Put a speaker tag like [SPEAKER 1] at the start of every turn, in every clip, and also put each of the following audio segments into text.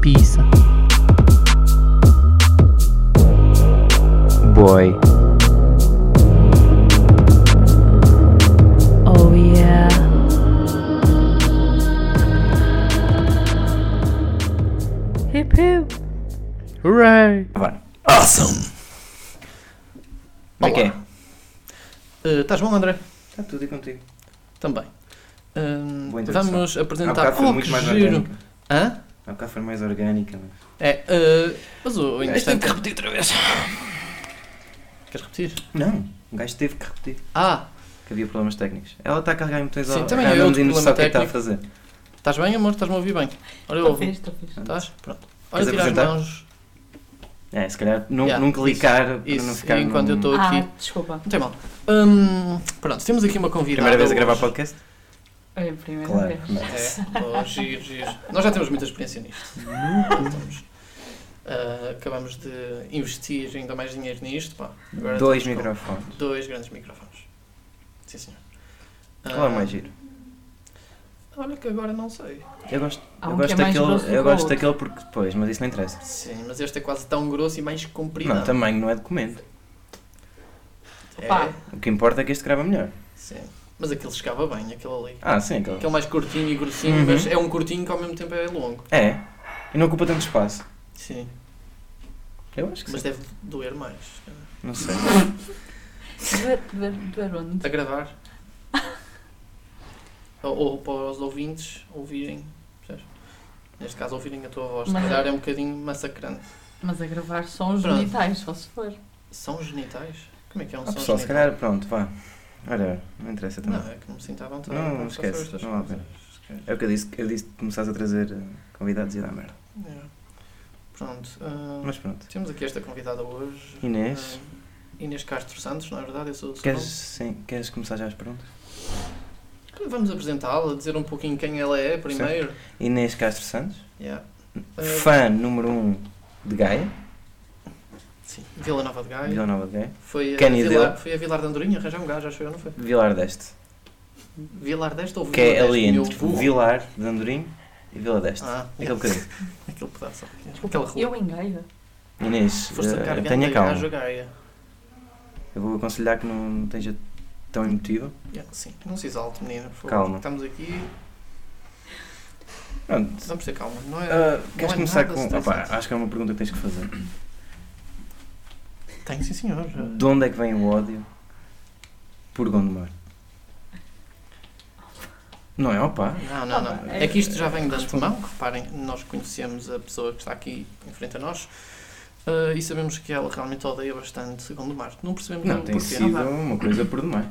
[SPEAKER 1] Pizza.
[SPEAKER 2] Boy.
[SPEAKER 1] Oh yeah. Hip hip. Hooray.
[SPEAKER 3] Awesome!
[SPEAKER 4] Como é que é?
[SPEAKER 3] Eh, estás bom, André?
[SPEAKER 4] Está Tá tudo e contigo.
[SPEAKER 3] Também. Ahm,
[SPEAKER 4] Boa introdução.
[SPEAKER 3] vamos
[SPEAKER 4] Há
[SPEAKER 3] apresentar.
[SPEAKER 4] bocado foi
[SPEAKER 3] Oh,
[SPEAKER 4] muito
[SPEAKER 3] que
[SPEAKER 4] mais
[SPEAKER 3] giro!
[SPEAKER 4] orgânica.
[SPEAKER 3] Hã?
[SPEAKER 4] Há bocado foi mais orgânica. mas-
[SPEAKER 3] É, eh, mas o o
[SPEAKER 4] gajo teve
[SPEAKER 3] interessante.
[SPEAKER 4] que repetir outra vez.
[SPEAKER 3] Queres repetir?
[SPEAKER 4] Não, o gajo teve que repetir.
[SPEAKER 3] Ah,
[SPEAKER 4] Que havia problemas técnicos. Ela está a carregar em botões
[SPEAKER 3] Sim,
[SPEAKER 4] ao
[SPEAKER 3] também é
[SPEAKER 4] random
[SPEAKER 3] outro
[SPEAKER 4] e não sabe o que é que está a
[SPEAKER 3] problema
[SPEAKER 4] fazer.
[SPEAKER 3] estás bem, amor? Estás-me a ouvir bem? Olha, eu ouvi.
[SPEAKER 1] Estou fixe.
[SPEAKER 3] Estás? Pronto. Olha,
[SPEAKER 4] Queres
[SPEAKER 3] tira as
[SPEAKER 4] apresentar?
[SPEAKER 3] mãos.
[SPEAKER 4] É, se calhar não,
[SPEAKER 3] Yeah,
[SPEAKER 4] não
[SPEAKER 3] isso,
[SPEAKER 4] clicar para não
[SPEAKER 3] Isso,
[SPEAKER 4] ficar.
[SPEAKER 3] enquanto eu
[SPEAKER 4] num-
[SPEAKER 3] estou
[SPEAKER 1] Ah,
[SPEAKER 3] aqui.
[SPEAKER 1] desculpa.
[SPEAKER 3] Não tem mal. Hum, pronto, temos aqui uma convidada.
[SPEAKER 4] Primeira vez a gravar
[SPEAKER 3] hoje.
[SPEAKER 4] podcast?
[SPEAKER 1] É a primeira
[SPEAKER 4] Claro.
[SPEAKER 1] vez.
[SPEAKER 4] não.
[SPEAKER 3] É, oh, giro, giro. Nós já temos muita experiência nisto. Estamos, ah, acabamos de investir ainda mais dinheiro nisto. pá. Agora
[SPEAKER 4] Dois
[SPEAKER 3] estamos com
[SPEAKER 4] microfones.
[SPEAKER 3] Dois grandes microfones. Sim, senhor. Ah,
[SPEAKER 4] Qual é o mais giro?
[SPEAKER 3] Olha que agora não sei.
[SPEAKER 4] Eu gosto,
[SPEAKER 1] Há
[SPEAKER 4] eu
[SPEAKER 1] um que
[SPEAKER 4] gosto
[SPEAKER 1] é mais grosso do
[SPEAKER 4] daquele.
[SPEAKER 1] que o
[SPEAKER 4] Eu gosto
[SPEAKER 1] outro.
[SPEAKER 4] daquele porque depois, mas isso não interessa.
[SPEAKER 3] Sim, mas este é quase tão grosso e mais comprido.
[SPEAKER 4] Não, tamanho não é documento.
[SPEAKER 3] É,
[SPEAKER 1] Pá.
[SPEAKER 4] O que importa é que este grava melhor.
[SPEAKER 3] sim. Mas aquele chegava bem, aquele ali.
[SPEAKER 4] Ah, sim, aquele.
[SPEAKER 3] Aquele mais curtinho e grossinho,
[SPEAKER 4] Uhum.
[SPEAKER 3] mas é um curtinho que ao mesmo tempo é longo.
[SPEAKER 4] É. E não ocupa tanto espaço.
[SPEAKER 3] Sim.
[SPEAKER 4] Eu acho que
[SPEAKER 3] Mas
[SPEAKER 4] sim.
[SPEAKER 3] deve doer mais.
[SPEAKER 4] Não sei.
[SPEAKER 1] Ver- ver- ver onde?
[SPEAKER 3] A gravar. ou, ou para os ouvintes ouvirem. percebes? Neste caso, ouvirem a tua voz. Se
[SPEAKER 1] Mas-
[SPEAKER 3] calhar é um bocadinho massacrante.
[SPEAKER 1] Mas a gravar são os
[SPEAKER 3] Pronto.
[SPEAKER 1] genitais, só se for.
[SPEAKER 3] São genitais? Como é que é um
[SPEAKER 4] Ah,
[SPEAKER 3] som
[SPEAKER 4] pessoal, se
[SPEAKER 3] genital?
[SPEAKER 4] calhar, pronto, vá. Olha, não interessa também.
[SPEAKER 3] Não, é que não me sinto à vontade.
[SPEAKER 4] Não,
[SPEAKER 3] para
[SPEAKER 4] não
[SPEAKER 3] fazer
[SPEAKER 4] esquece,
[SPEAKER 3] estas
[SPEAKER 4] não há
[SPEAKER 3] coisas.
[SPEAKER 4] É o que eu disse, eu disse que começaste a trazer eh, convidados e dá merda.
[SPEAKER 3] É. Pronto. ah,
[SPEAKER 4] Mas pronto.
[SPEAKER 3] Temos aqui esta convidada hoje.
[SPEAKER 4] Inês.
[SPEAKER 3] ah, Inês Castro Santos, não é verdade? Eu sou o seu
[SPEAKER 4] Queres, sim, queres começar já as perguntas?
[SPEAKER 3] nome. Vamos apresentá-la, dizer um pouquinho quem ela é primeiro.
[SPEAKER 4] Inês Castro Santos,
[SPEAKER 3] Yeah. Ah,
[SPEAKER 4] fã número 1 um de Gaia,
[SPEAKER 3] sim, Vila Nova de Gaia.
[SPEAKER 4] Vila Nova de Gaia,
[SPEAKER 3] Foi a,
[SPEAKER 4] Kenny
[SPEAKER 3] Vilar,
[SPEAKER 4] Dale.
[SPEAKER 3] foi a Vilar de Andorinha, arranjar um gajo, acho eu, não foi?
[SPEAKER 4] Vilar deste,
[SPEAKER 3] Vilar deste ou Vila
[SPEAKER 4] que é
[SPEAKER 3] deste,
[SPEAKER 4] ali
[SPEAKER 3] meu
[SPEAKER 4] entre
[SPEAKER 3] burro?
[SPEAKER 4] Vilar de Andorinho e Vila deste.
[SPEAKER 3] Ah,
[SPEAKER 4] Aquele bocadinho.
[SPEAKER 3] aquele pedaço. Aquela
[SPEAKER 1] Desculpa,
[SPEAKER 3] rua.
[SPEAKER 1] eu engaio.
[SPEAKER 4] Inês,
[SPEAKER 3] Foste a
[SPEAKER 4] eh,
[SPEAKER 3] carga
[SPEAKER 4] tenha
[SPEAKER 3] de
[SPEAKER 4] calma.
[SPEAKER 3] gajo a Gaia.
[SPEAKER 4] Eu vou aconselhar que não não esteja tão emotiva.
[SPEAKER 3] Yeah, sim, não se exalte, menina. por favor.
[SPEAKER 4] Calma.
[SPEAKER 3] Estamos aqui,
[SPEAKER 4] Pronto.
[SPEAKER 3] vamos ter calma. Não é...
[SPEAKER 4] Ah, queres
[SPEAKER 3] é
[SPEAKER 4] começar
[SPEAKER 3] nada
[SPEAKER 4] com.
[SPEAKER 3] estressante.
[SPEAKER 4] Opa, acho que é uma pergunta que tens que fazer. ah.
[SPEAKER 3] Tenho, sim senhor.
[SPEAKER 4] De onde é que vem o ódio por Gondomar? Não é, opa.
[SPEAKER 3] Não, não, não. É que isto já vem de antemão, que reparem, nós conhecemos a pessoa que está aqui em frente a nós ah, e sabemos que ela realmente odeia bastante segundo Marte. Não percebemos
[SPEAKER 4] Não,
[SPEAKER 3] o
[SPEAKER 4] tem
[SPEAKER 3] porquê.
[SPEAKER 4] sido uma coisa por demais.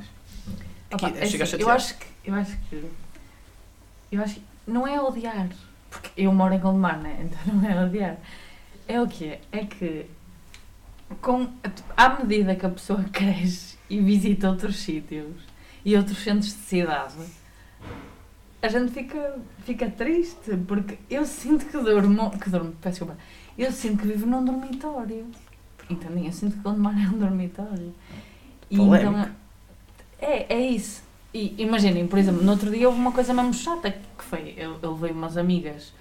[SPEAKER 3] Aqui,
[SPEAKER 1] Opa, é
[SPEAKER 3] chega a
[SPEAKER 1] assim, eu
[SPEAKER 3] chatear.
[SPEAKER 1] acho que. Eu acho que. Eu acho que. Não é odiar. Porque eu moro em Gondomar, né? Então não é odiar. É o quê? É que. Com, à medida que a pessoa cresce e visita outros sítios e outros centros de cidade, a gente fica, fica triste. Porque eu sinto que durmo. Que durmo, peço desculpa. Eu sinto que vivo num dormitório. Entendem? Eu sinto que Gondomar é um dormitório. E então
[SPEAKER 4] Polémico.
[SPEAKER 1] é, é isso. E imaginem, por exemplo, no outro dia houve uma coisa mesmo chata que foi. Eu, eu levei umas amigas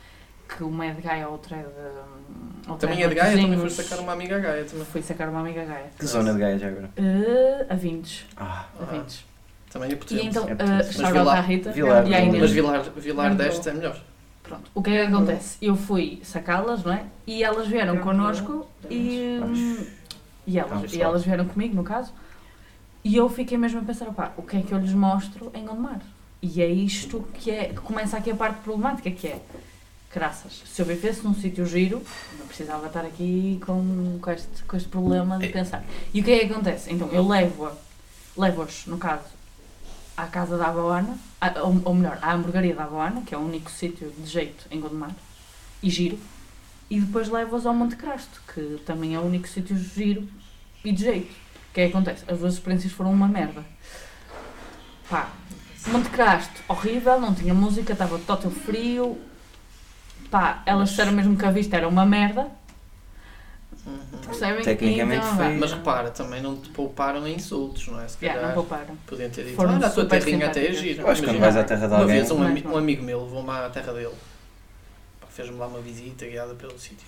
[SPEAKER 1] que uma é de Gaia, a outra é de. Outra
[SPEAKER 3] Também
[SPEAKER 1] de
[SPEAKER 3] é de Gaia, também foi
[SPEAKER 1] Matosinhos.
[SPEAKER 3] sacar uma amiga a Gaia. Também,
[SPEAKER 1] Fui sacar uma amiga Gaia.
[SPEAKER 4] Que zona de gaia já agora?
[SPEAKER 1] Eh, a Vintes.
[SPEAKER 4] Ah,
[SPEAKER 1] A
[SPEAKER 3] ah,
[SPEAKER 1] Vintes.
[SPEAKER 3] também é
[SPEAKER 1] e
[SPEAKER 3] potente.
[SPEAKER 1] então,
[SPEAKER 4] é
[SPEAKER 1] uh,
[SPEAKER 4] potente.
[SPEAKER 3] Mas
[SPEAKER 1] shout out
[SPEAKER 3] Vilar-
[SPEAKER 1] à Rita
[SPEAKER 4] Vilar-
[SPEAKER 1] e à Inês.
[SPEAKER 3] Mas Vilar, Vilar
[SPEAKER 1] Não.
[SPEAKER 3] desta é melhor.
[SPEAKER 1] Pronto, o que é que acontece? Eu fui sacá-las, não é? E elas vieram connosco e, hum, e, elas, e elas vieram comigo, no caso. E eu fiquei mesmo a pensar, opá, o que é que eu lhes mostro em Gondomar? E é isto que é, que começa aqui a parte problemática, que é, graças, se eu vivesse num sítio giro, não precisava estar aqui com, com, este, com este problema de pensar. E o que é que acontece? Então, eu levo-a, levo-as, no caso, à casa da Aboana, a- ou, ou melhor, à hamburgueria da Aboana, que é o único sítio de jeito em Gondomar, e giro, e depois levo-as ao Monte Crasto, que também é o único sítio giro e de jeito. O que é que acontece? As duas experiências foram uma merda. Pá, Monte Crasto, horrível, não tinha música, estava total frio. Pá, elas disseram mesmo que a vista era uma merda.
[SPEAKER 3] Uhum.
[SPEAKER 1] Percebem?
[SPEAKER 4] Tecnicamente
[SPEAKER 1] então, vá.
[SPEAKER 4] foi-
[SPEAKER 3] Mas repara, também não te pouparam em insultos, não é? Se calhar
[SPEAKER 1] Yeah, não pouparam.
[SPEAKER 3] podiam ter dito,
[SPEAKER 1] Foram
[SPEAKER 3] olha, a tua
[SPEAKER 1] super
[SPEAKER 3] terrinha até é
[SPEAKER 1] simpáticas.
[SPEAKER 3] gira.
[SPEAKER 4] Eu acho que quando
[SPEAKER 3] Imagina,
[SPEAKER 4] vais à terra de
[SPEAKER 3] Uma
[SPEAKER 4] alguém.
[SPEAKER 3] vez um, ami-
[SPEAKER 1] Não.
[SPEAKER 3] um amigo meu levou-me à terra dele. Pá, Fez-me lá uma visita guiada pelo sítio.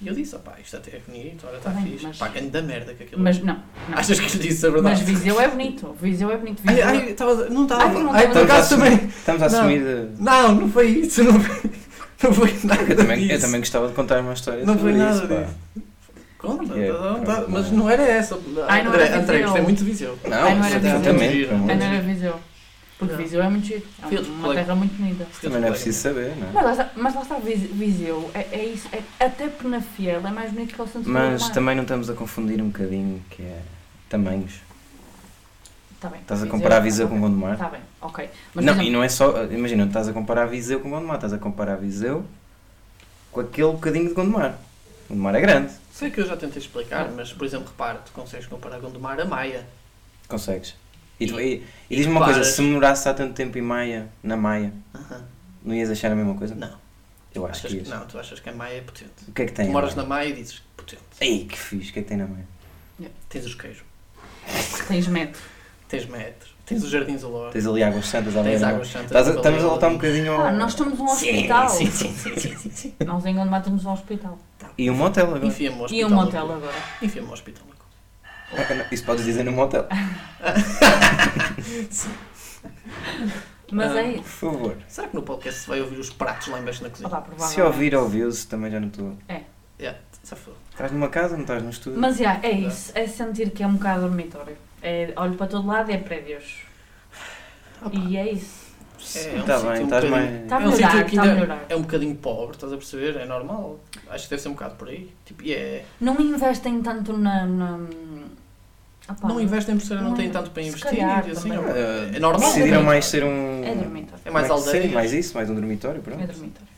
[SPEAKER 3] E eu disse, opá, isto até é bonito, olha, está
[SPEAKER 1] Hum. Tá bem,
[SPEAKER 3] fixe.
[SPEAKER 1] mas-
[SPEAKER 3] Pá, grande da merda que aquilo
[SPEAKER 1] Mas
[SPEAKER 3] é.
[SPEAKER 1] não. não.
[SPEAKER 3] Achas que lhe disse a
[SPEAKER 1] Mas
[SPEAKER 3] verdade?
[SPEAKER 1] Viseu é bonito. Viseu é bonito.
[SPEAKER 3] Ai,
[SPEAKER 1] Viseu
[SPEAKER 3] ai, estava... Não estava.
[SPEAKER 1] Ai, um não
[SPEAKER 3] Ai, por
[SPEAKER 1] tava.
[SPEAKER 3] acaso também.
[SPEAKER 4] Estamos a
[SPEAKER 3] Não.
[SPEAKER 4] assumir. de-
[SPEAKER 3] Não, não foi isso. Não foi, não foi nada
[SPEAKER 4] Eu também, eu
[SPEAKER 3] disso.
[SPEAKER 4] também gostava de contar uma história
[SPEAKER 3] Não
[SPEAKER 4] sobre
[SPEAKER 3] foi nada
[SPEAKER 4] isso. pá.
[SPEAKER 3] disso. Conta,
[SPEAKER 4] É,
[SPEAKER 3] tá- tá-
[SPEAKER 4] pronto,
[SPEAKER 3] mas
[SPEAKER 4] não.
[SPEAKER 3] não era essa.
[SPEAKER 1] Ai, não era
[SPEAKER 3] André, André,
[SPEAKER 1] Viseu.
[SPEAKER 3] isto é muito visão.
[SPEAKER 4] Não,
[SPEAKER 1] Ai, não era disso.
[SPEAKER 4] exatamente. pelo amor
[SPEAKER 1] Ai,
[SPEAKER 4] de
[SPEAKER 1] não
[SPEAKER 4] Deus.
[SPEAKER 1] era Viseu. Porque
[SPEAKER 3] Não.
[SPEAKER 1] Viseu é muito giro. É
[SPEAKER 3] Fields
[SPEAKER 1] uma
[SPEAKER 3] Play.
[SPEAKER 1] terra muito linda.
[SPEAKER 4] Também não é preciso saber, não é?
[SPEAKER 1] Mas lá está, mas lá está Vise- Viseu, é, é isso, é, até Penafiel é mais bonito que o Santo
[SPEAKER 4] Mas também não estamos a confundir um bocadinho que é tamanhos.
[SPEAKER 1] tá bem,
[SPEAKER 4] Estás a comparar Viseu com Gondomar?
[SPEAKER 1] Está Tá bem, ok. Mas,
[SPEAKER 4] Não,
[SPEAKER 1] por
[SPEAKER 4] e
[SPEAKER 1] exemplo,
[SPEAKER 4] não é só. Imagina, não estás a comparar Viseu com Gondomar, estás a comparar Viseu com aquele bocadinho de Gondomar. Gondomar é grande,
[SPEAKER 3] Sei que eu já tentei explicar, mas por exemplo, repara, tu consegues comparar Gondomar a Maia.
[SPEAKER 4] consegues. E, tu- e- e
[SPEAKER 3] e
[SPEAKER 4] diz-me uma coisa:
[SPEAKER 3] reparas-
[SPEAKER 4] se morasse há tanto tempo em Maia, na Maia,
[SPEAKER 3] Aham.
[SPEAKER 4] não ias achar a mesma coisa?
[SPEAKER 3] Não,
[SPEAKER 4] Eu acho
[SPEAKER 3] achas
[SPEAKER 4] que
[SPEAKER 3] que,
[SPEAKER 4] ias.
[SPEAKER 3] não, tu achas que a Maia é potente.
[SPEAKER 4] O que é que tem?
[SPEAKER 3] Tu
[SPEAKER 4] a
[SPEAKER 3] moras na
[SPEAKER 4] Maia?
[SPEAKER 3] Maia e dizes potente.
[SPEAKER 4] Ei, que fixe, o que é que tem na Maia?
[SPEAKER 3] Tens os queijos,
[SPEAKER 1] tens metro.
[SPEAKER 3] tens metro, tens os jardins do Lourdes,
[SPEAKER 4] Tens ali águas santas, ali
[SPEAKER 3] tens
[SPEAKER 4] não?
[SPEAKER 3] águas santas.
[SPEAKER 4] Estás a-
[SPEAKER 3] do
[SPEAKER 4] Estamos a voltar um
[SPEAKER 3] Valeu.
[SPEAKER 4] bocadinho ao.
[SPEAKER 1] Ah, nós temos um
[SPEAKER 3] Sim,
[SPEAKER 1] hospital.
[SPEAKER 3] Sim, sim, sim, sim, sim, sim.
[SPEAKER 1] Nós em Gondomar temos um hospital.
[SPEAKER 4] E um motel agora.
[SPEAKER 3] Enfia-me ao
[SPEAKER 1] E
[SPEAKER 3] hospital.
[SPEAKER 1] um motel agora.
[SPEAKER 3] Enfia-me ao hospital. Loco.
[SPEAKER 4] Ah, não, Isso podes dizer no motel,
[SPEAKER 1] Mas
[SPEAKER 3] Ah.
[SPEAKER 1] é
[SPEAKER 4] por
[SPEAKER 1] isso.
[SPEAKER 4] favor.
[SPEAKER 3] Será que no podcast se vai ouvir os pratos lá embaixo na cozinha?
[SPEAKER 1] Opa,
[SPEAKER 4] Se
[SPEAKER 1] provavelmente.
[SPEAKER 4] ouvir, ouviu-se, também já não estou.
[SPEAKER 3] Se for.
[SPEAKER 4] Estás numa casa, não estás num estúdio?
[SPEAKER 1] Mas já, é isso. É sentir que é um bocado dormitório. É, olho para todo lado e é prédios.
[SPEAKER 3] Opa,
[SPEAKER 1] E é isso.
[SPEAKER 3] é um
[SPEAKER 4] Está
[SPEAKER 3] sítio
[SPEAKER 4] Tá bem,
[SPEAKER 3] um
[SPEAKER 4] estás
[SPEAKER 3] bocadinho-
[SPEAKER 4] mais.
[SPEAKER 1] Está
[SPEAKER 3] É
[SPEAKER 1] a
[SPEAKER 3] um sítio
[SPEAKER 1] melhorar,
[SPEAKER 3] que
[SPEAKER 1] está a
[SPEAKER 3] ainda-
[SPEAKER 1] melhorar.
[SPEAKER 3] É um bocadinho pobre, estás a perceber? É normal. Acho que deve ser um bocado por aí. Tipo, e é.
[SPEAKER 1] Não investem tanto na. na... Opa,
[SPEAKER 3] não investem por ser, não
[SPEAKER 1] não-
[SPEAKER 3] têm tanto para
[SPEAKER 1] Hum, se
[SPEAKER 3] investir.
[SPEAKER 1] calhar
[SPEAKER 3] e assim,
[SPEAKER 1] também.
[SPEAKER 3] é,
[SPEAKER 4] Ah,
[SPEAKER 3] é normal.
[SPEAKER 4] Decidiram
[SPEAKER 3] é,
[SPEAKER 4] mais ser um.
[SPEAKER 1] É dormitório.
[SPEAKER 3] É mais
[SPEAKER 4] como é que se
[SPEAKER 3] aldeia.
[SPEAKER 4] diz? Mais isso, mais um dormitório, pronto.
[SPEAKER 1] É dormitório.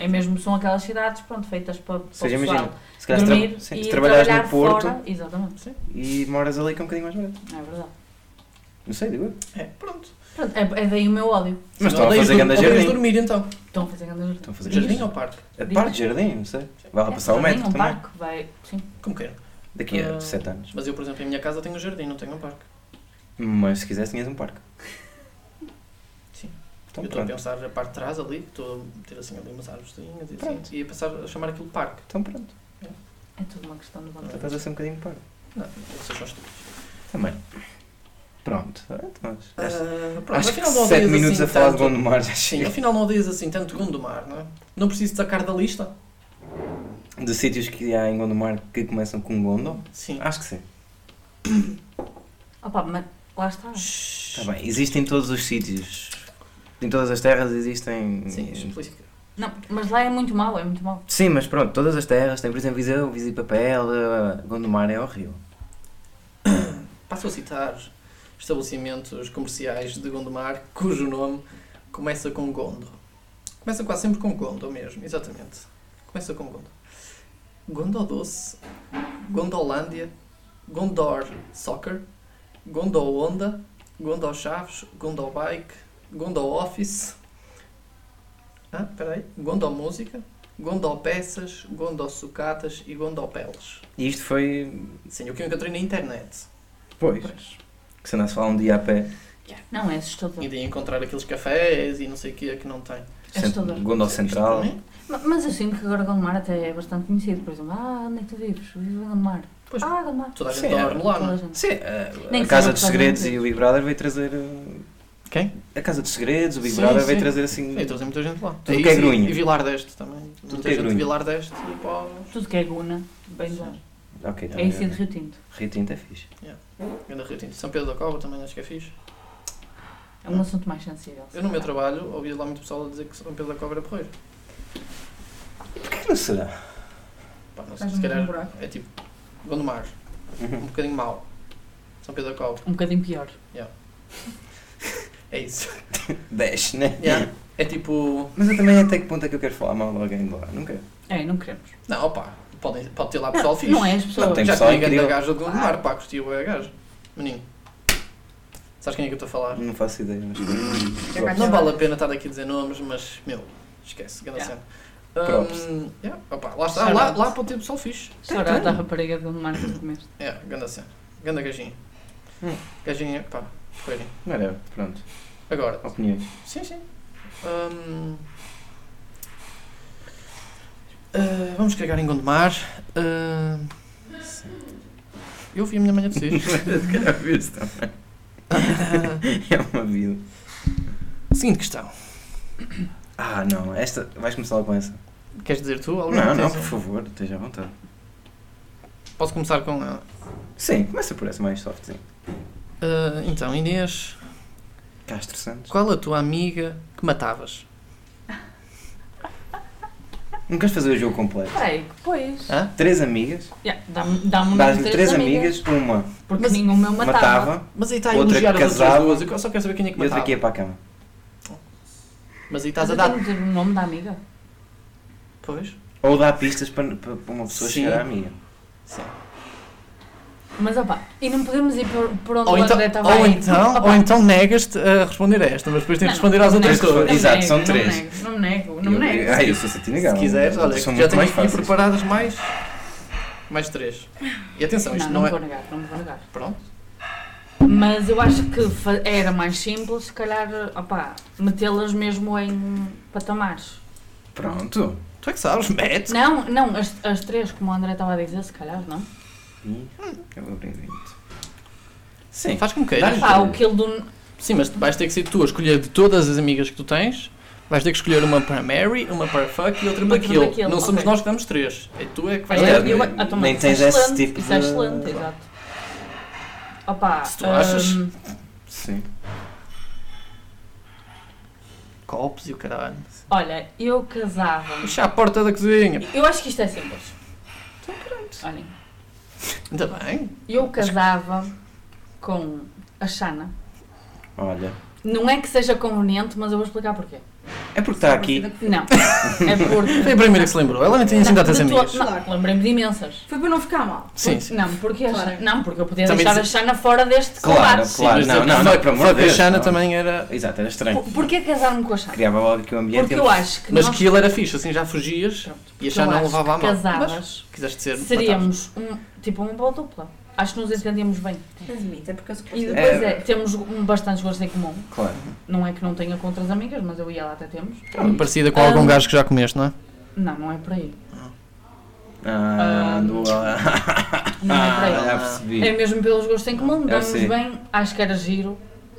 [SPEAKER 1] É mesmo, são aquelas cidades pronto, feitas para, para o
[SPEAKER 4] Ou seja,
[SPEAKER 1] pessoal
[SPEAKER 4] imagina, se calhar se
[SPEAKER 1] dormir
[SPEAKER 4] tra- sim,
[SPEAKER 1] e
[SPEAKER 4] se trabalhares
[SPEAKER 1] trabalhar
[SPEAKER 4] no Porto
[SPEAKER 1] fora. Exatamente, sim.
[SPEAKER 4] e moras ali que é um bocadinho mais barato.
[SPEAKER 1] É verdade.
[SPEAKER 4] Não sei, digo eu.
[SPEAKER 3] É, pronto.
[SPEAKER 1] Pronto, é, é daí o meu ódio.
[SPEAKER 4] Mas
[SPEAKER 3] Senão
[SPEAKER 4] estão a
[SPEAKER 3] odeias
[SPEAKER 4] fazer
[SPEAKER 3] dur-
[SPEAKER 4] grande
[SPEAKER 3] odeias
[SPEAKER 4] jardim.
[SPEAKER 3] dormir então.
[SPEAKER 1] Estão a fazer grandes
[SPEAKER 4] Estão a fazer grande
[SPEAKER 3] Jardim
[SPEAKER 4] jardim.
[SPEAKER 3] ou parque?
[SPEAKER 4] A parte de jardim, não sei. Vai lá passar o
[SPEAKER 1] jardim,
[SPEAKER 4] metro
[SPEAKER 1] um
[SPEAKER 4] também.
[SPEAKER 1] parque, vai... Sim.
[SPEAKER 3] Como queiram.
[SPEAKER 4] Daqui a
[SPEAKER 3] Ah.
[SPEAKER 4] 7 anos.
[SPEAKER 3] Mas eu, por exemplo, em minha casa tenho um jardim, não tenho um parque.
[SPEAKER 4] Mas se quiseres, tinhas um parque.
[SPEAKER 3] Sim.
[SPEAKER 4] Então
[SPEAKER 3] eu estou a
[SPEAKER 4] pronto.
[SPEAKER 3] pensar a parte de trás ali, estou a ter assim ali umas árvorezinhas e
[SPEAKER 4] Pronto.
[SPEAKER 3] assim. E a pensar a chamar aquilo parque.
[SPEAKER 4] Então pronto.
[SPEAKER 1] É tudo uma questão de
[SPEAKER 4] Já
[SPEAKER 1] vontade.
[SPEAKER 4] estás a ser um bocadinho parque.
[SPEAKER 3] Não, vocês são estúpidos.
[SPEAKER 4] Também. Pronto. Ah, então, acho-
[SPEAKER 3] Ah, pronto,
[SPEAKER 4] Acho que
[SPEAKER 3] afinal não
[SPEAKER 4] 7
[SPEAKER 3] odeias
[SPEAKER 4] minutos
[SPEAKER 3] assim
[SPEAKER 4] a falar de um
[SPEAKER 3] tanto-
[SPEAKER 4] Gondomar já
[SPEAKER 3] Sim,
[SPEAKER 4] chega.
[SPEAKER 3] afinal não odeias assim tanto Gondomar, não é? Não preciso sacar da lista?
[SPEAKER 4] De sítios que há em Gondomar que começam com Gondo?
[SPEAKER 3] Sim.
[SPEAKER 4] Acho que sim.
[SPEAKER 1] Opa, mas lá está.
[SPEAKER 4] Hum. Está Tá bem. Existem em todos os sítios. Em todas as terras existem.
[SPEAKER 3] Sim, explica.
[SPEAKER 1] Não, mas lá é muito mau, é muito mau.
[SPEAKER 4] Sim, mas pronto, todas as terras têm, por exemplo, Viseu, Viseu e Papel, eh, Gondomar é horrível.
[SPEAKER 3] Passo a citar estabelecimentos comerciais de Gondomar cujo nome começa com Gondo. Começa quase sempre com Gondo mesmo, exatamente. Começa com Gondo. Gondo Doce, Gondolândia, Gondor Soccer, Gondo Onda, Gondo Chaves, Gondo Bike, Gondo Office. Ah, peraí. Gondo Música, Gondo Peças, Gondo Sucatas e Gondo Peles.
[SPEAKER 4] E isto foi.
[SPEAKER 3] Sim, o que eu encontrei na internet.
[SPEAKER 4] Pois. Que se andasse a falar um dia a pé,
[SPEAKER 1] Não, é assustador.
[SPEAKER 3] E de encontrar aqueles cafés e não sei o que é que não tem.
[SPEAKER 1] É
[SPEAKER 4] cent...
[SPEAKER 1] assustador.
[SPEAKER 4] Gondor Central.
[SPEAKER 3] Isto também?
[SPEAKER 1] Ma- Mas eu sinto que agora Gondomar até é bastante conhecido. Por exemplo, ah, onde é que tu vives? Eu Vivo em Gondomar.
[SPEAKER 3] Pois,
[SPEAKER 1] Ah, Gondomar.
[SPEAKER 3] toda a gente
[SPEAKER 4] Sim, é.
[SPEAKER 3] dorme lá,
[SPEAKER 1] Toda
[SPEAKER 3] não
[SPEAKER 1] a
[SPEAKER 3] é?
[SPEAKER 1] gente.
[SPEAKER 4] Sim, a-
[SPEAKER 1] Nem
[SPEAKER 4] a,
[SPEAKER 1] que
[SPEAKER 4] Casa
[SPEAKER 1] seja
[SPEAKER 4] dos
[SPEAKER 1] para
[SPEAKER 4] Segredos
[SPEAKER 1] gente.
[SPEAKER 4] e o Big Brother veio trazer. eh,
[SPEAKER 3] Quem?
[SPEAKER 4] A Casa dos Segredos, o Big
[SPEAKER 3] Sim,
[SPEAKER 4] Brother veio
[SPEAKER 3] sim.
[SPEAKER 4] trazer assim.
[SPEAKER 3] Então tem muita gente lá.
[SPEAKER 4] Tudo
[SPEAKER 3] É
[SPEAKER 4] que é
[SPEAKER 3] isso e-
[SPEAKER 4] grunho.
[SPEAKER 3] E Vilar deste também.
[SPEAKER 4] Tudo
[SPEAKER 3] Muita
[SPEAKER 4] que
[SPEAKER 3] gente
[SPEAKER 4] é
[SPEAKER 3] de
[SPEAKER 4] grunho.
[SPEAKER 3] Vilar deste tipo, e pá.
[SPEAKER 1] Tudo que é Guna, bem lá.
[SPEAKER 4] Ok,
[SPEAKER 1] É
[SPEAKER 4] também.
[SPEAKER 1] isso e de Rio Tinto.
[SPEAKER 4] Rio Tinto é fixe.
[SPEAKER 3] Grande Rio Tinto. São Pedro da Cova também acho que é fixe.
[SPEAKER 1] É
[SPEAKER 4] Ah.
[SPEAKER 1] um assunto mais sensível.
[SPEAKER 3] Eu no meu trabalho ouvia lá muito pessoal a dizer que São Pedro da Cova era porreiro.
[SPEAKER 4] Porquê que não será?
[SPEAKER 3] Pá, não sei,
[SPEAKER 1] Faz
[SPEAKER 3] se
[SPEAKER 1] um
[SPEAKER 3] calhar
[SPEAKER 1] buraco.
[SPEAKER 3] é tipo Gondomar, um
[SPEAKER 4] Uhum.
[SPEAKER 3] bocadinho mau. São Pedro da Cova,
[SPEAKER 1] Um bocadinho pior.
[SPEAKER 3] é isso.
[SPEAKER 4] 10, né?
[SPEAKER 3] Yeah. É tipo.
[SPEAKER 4] Mas eu também até que ponto é que eu quero falar mal de alguém de lá? Nunca.
[SPEAKER 1] É, não queremos.
[SPEAKER 3] Não, opá, podem, pode ter lá pessoal
[SPEAKER 1] não,
[SPEAKER 3] fixe.
[SPEAKER 1] não é as pessoas.
[SPEAKER 4] Não, tem
[SPEAKER 3] já
[SPEAKER 4] pessoal
[SPEAKER 3] tinha grande
[SPEAKER 4] incrível.
[SPEAKER 3] gajo de Gondomar, pá, curtia o gajo. Menino. Sabes quem é que eu estou a falar?
[SPEAKER 4] Não faço ideia, mas.
[SPEAKER 1] Por acaso
[SPEAKER 3] Não
[SPEAKER 1] eu-
[SPEAKER 3] vale a pena estar aqui a dizer nomes, mas, meu, esquece, grande
[SPEAKER 1] Yeah.
[SPEAKER 3] cena.
[SPEAKER 4] Props.
[SPEAKER 3] Hum, yeah, opa, lá está,
[SPEAKER 1] Shout
[SPEAKER 3] lá,
[SPEAKER 1] out.
[SPEAKER 3] lá para o tempo só fixe.
[SPEAKER 1] Chorar da rapariga de onde mais tu comeste.
[SPEAKER 3] É, ganda cena. Ganda gajinha.
[SPEAKER 4] Hum.
[SPEAKER 3] Gajinha, pá, porreirinho.
[SPEAKER 4] Não era, pronto.
[SPEAKER 3] Agora,
[SPEAKER 4] Opiniões.
[SPEAKER 3] sim, sim. Hum, ah, vamos cagar em Gondomar. Ah, eu vi a minha manhã de seis.
[SPEAKER 4] Se calhar viste também. É uma vida.
[SPEAKER 3] Seguinte questão.
[SPEAKER 4] Ah, não, esta. Vais começar logo com essa.
[SPEAKER 3] Queres dizer tu? alguma
[SPEAKER 4] Não,
[SPEAKER 3] coisa?
[SPEAKER 4] não, por favor, esteja à vontade.
[SPEAKER 3] Posso começar com a.
[SPEAKER 4] Sim, começa por essa mais softzinho.
[SPEAKER 3] Ah, então, Inês,
[SPEAKER 4] Castro Santos.
[SPEAKER 3] qual a tua amiga que matavas?
[SPEAKER 4] Não queres fazer o jogo completo?
[SPEAKER 1] Peraí, que pois.
[SPEAKER 3] Hã?
[SPEAKER 4] Três amigas,
[SPEAKER 1] Ah. Yeah, Dá-me dá
[SPEAKER 4] dás-me três amigas, uma
[SPEAKER 1] Porque
[SPEAKER 3] Mas-
[SPEAKER 1] nenhuma eu matava.
[SPEAKER 4] matava
[SPEAKER 3] Mas aí está a
[SPEAKER 4] Outra que
[SPEAKER 3] elogiar as outras
[SPEAKER 4] casava.
[SPEAKER 3] duas. Eu só quero saber quem é que
[SPEAKER 4] e outra
[SPEAKER 3] matava.
[SPEAKER 4] que é ia para a cama.
[SPEAKER 3] Mas aí
[SPEAKER 1] Mas
[SPEAKER 3] estás a
[SPEAKER 1] eu
[SPEAKER 3] dar.
[SPEAKER 1] tenho de dizer o nome da amiga?
[SPEAKER 3] Pois?
[SPEAKER 4] Ou dá pistas para, para para uma pessoa
[SPEAKER 3] Sim.
[SPEAKER 4] chegar à amiga.
[SPEAKER 3] Sim.
[SPEAKER 1] Mas opá, e não podemos ir por, por onde
[SPEAKER 3] Ou
[SPEAKER 1] o
[SPEAKER 3] então,
[SPEAKER 1] André estava
[SPEAKER 3] ou
[SPEAKER 1] a ir.
[SPEAKER 3] então,
[SPEAKER 1] Opá,
[SPEAKER 3] ou então negas-te a responder a esta, mas depois tens de
[SPEAKER 1] Não,
[SPEAKER 3] responder às
[SPEAKER 1] não
[SPEAKER 3] outras
[SPEAKER 1] nego,
[SPEAKER 4] pessoas.
[SPEAKER 1] não
[SPEAKER 3] todas.
[SPEAKER 4] Exato,
[SPEAKER 1] nego,
[SPEAKER 4] são
[SPEAKER 1] não
[SPEAKER 4] três.
[SPEAKER 1] nego, Não me nego, não me
[SPEAKER 4] Eu-
[SPEAKER 1] nego.
[SPEAKER 4] Ah, eu sou satinigal.
[SPEAKER 3] é Se quiseres, olha,
[SPEAKER 4] são
[SPEAKER 3] já
[SPEAKER 4] muito
[SPEAKER 3] tenho
[SPEAKER 4] mais
[SPEAKER 3] aqui
[SPEAKER 4] fáceis.
[SPEAKER 3] preparadas mais. Mais três. E atenção, isto
[SPEAKER 1] Não,
[SPEAKER 3] não,
[SPEAKER 1] não me
[SPEAKER 3] é.
[SPEAKER 1] vou negar, não me vou negar.
[SPEAKER 3] Pronto.
[SPEAKER 1] Mas eu acho que fa- era mais simples, se calhar, opá, metê-las mesmo em patamares.
[SPEAKER 4] Pronto.
[SPEAKER 3] Tu é que sabes, mete.
[SPEAKER 1] Não, não, as, as três, como o André estava a dizer, se calhar, não?
[SPEAKER 3] Hum.
[SPEAKER 4] E eu vou abrir isto. Sim.
[SPEAKER 3] Faz como queiras.
[SPEAKER 1] Pá, o kill do...
[SPEAKER 3] Sim, mas vais ter que ser tu a escolher de todas as amigas que tu tens. Vais ter que escolher uma para Mary, uma para Fuck e outra para
[SPEAKER 1] Outra para
[SPEAKER 3] Kill.
[SPEAKER 1] Kill,
[SPEAKER 3] Não somos
[SPEAKER 1] ok.
[SPEAKER 3] nós que damos três. É tu é que vais
[SPEAKER 4] Olha,
[SPEAKER 3] ter.
[SPEAKER 1] Eu,
[SPEAKER 4] nem-
[SPEAKER 1] eu, ah, toma,
[SPEAKER 4] nem
[SPEAKER 1] isso é
[SPEAKER 4] tens esse
[SPEAKER 1] excelente,
[SPEAKER 4] tipo
[SPEAKER 1] Isso é
[SPEAKER 4] de-
[SPEAKER 1] excelente, exato. Opá,
[SPEAKER 3] Se tu achas.
[SPEAKER 1] hum,
[SPEAKER 4] Sim.
[SPEAKER 3] Copos e o caralho.
[SPEAKER 1] olha, eu casava...
[SPEAKER 3] Puxa a porta da cozinha.
[SPEAKER 1] Eu acho que isto é simples.
[SPEAKER 3] Então
[SPEAKER 1] Olhem,
[SPEAKER 3] Ainda bem.
[SPEAKER 1] eu casava com a Xana.
[SPEAKER 4] Olha.
[SPEAKER 1] Não é que seja conveniente, mas eu vou explicar porquê.
[SPEAKER 4] É porque está aqui.
[SPEAKER 1] Não, é porque...
[SPEAKER 3] Foi a primeira que se lembrou. Ela nem tinha assim tantas
[SPEAKER 1] de to-
[SPEAKER 3] amigas.
[SPEAKER 1] Não, lembrei-me de imensas.
[SPEAKER 2] Foi para não ficar mal.
[SPEAKER 3] Sim,
[SPEAKER 1] Por-
[SPEAKER 3] sim.
[SPEAKER 1] Não, porque a
[SPEAKER 2] Claro.
[SPEAKER 1] Xana- não, porque eu podia
[SPEAKER 3] Também
[SPEAKER 1] deixar
[SPEAKER 3] dizer-
[SPEAKER 1] a Xana fora deste
[SPEAKER 4] Claro,
[SPEAKER 1] combate.
[SPEAKER 4] claro.
[SPEAKER 3] Mas
[SPEAKER 4] Não, não,
[SPEAKER 3] foi-
[SPEAKER 4] não, por amor
[SPEAKER 3] foi
[SPEAKER 4] de Deus.
[SPEAKER 3] A Xana
[SPEAKER 4] não.
[SPEAKER 3] também era.
[SPEAKER 4] Exato, era estranho.
[SPEAKER 1] Por- Porquê casar-me com a Xana?
[SPEAKER 4] Criava logo aqui o ambiente.
[SPEAKER 1] Porque eu acho que
[SPEAKER 3] Mas
[SPEAKER 1] nós
[SPEAKER 3] que ele era fixe, assim já fugias e a Xana
[SPEAKER 1] eu
[SPEAKER 3] não
[SPEAKER 1] acho
[SPEAKER 3] levava a
[SPEAKER 1] que
[SPEAKER 3] mão. Mas
[SPEAKER 1] casadas
[SPEAKER 3] quiseste ser.
[SPEAKER 1] seríamos um, tipo uma boa dupla. Acho que nos entendíamos bem.
[SPEAKER 2] Admita, é porque eu sou
[SPEAKER 1] E
[SPEAKER 2] cristã.
[SPEAKER 1] depois é, temos um bastantes gostos em comum.
[SPEAKER 4] Claro.
[SPEAKER 1] Não é que não tenha com outras amigas, mas eu e ela até temos.
[SPEAKER 3] batata. Parecida com
[SPEAKER 1] Ah.
[SPEAKER 3] algum gajo que já comeste, não é?
[SPEAKER 1] Não, não é por aí.
[SPEAKER 4] Ah,
[SPEAKER 1] Ah,
[SPEAKER 4] do- ah,
[SPEAKER 1] Não é por aí.
[SPEAKER 4] já percebi.
[SPEAKER 1] É mesmo pelos gostos em comum,
[SPEAKER 4] Eu
[SPEAKER 1] damos
[SPEAKER 4] sei.
[SPEAKER 1] bem, acho que era giro.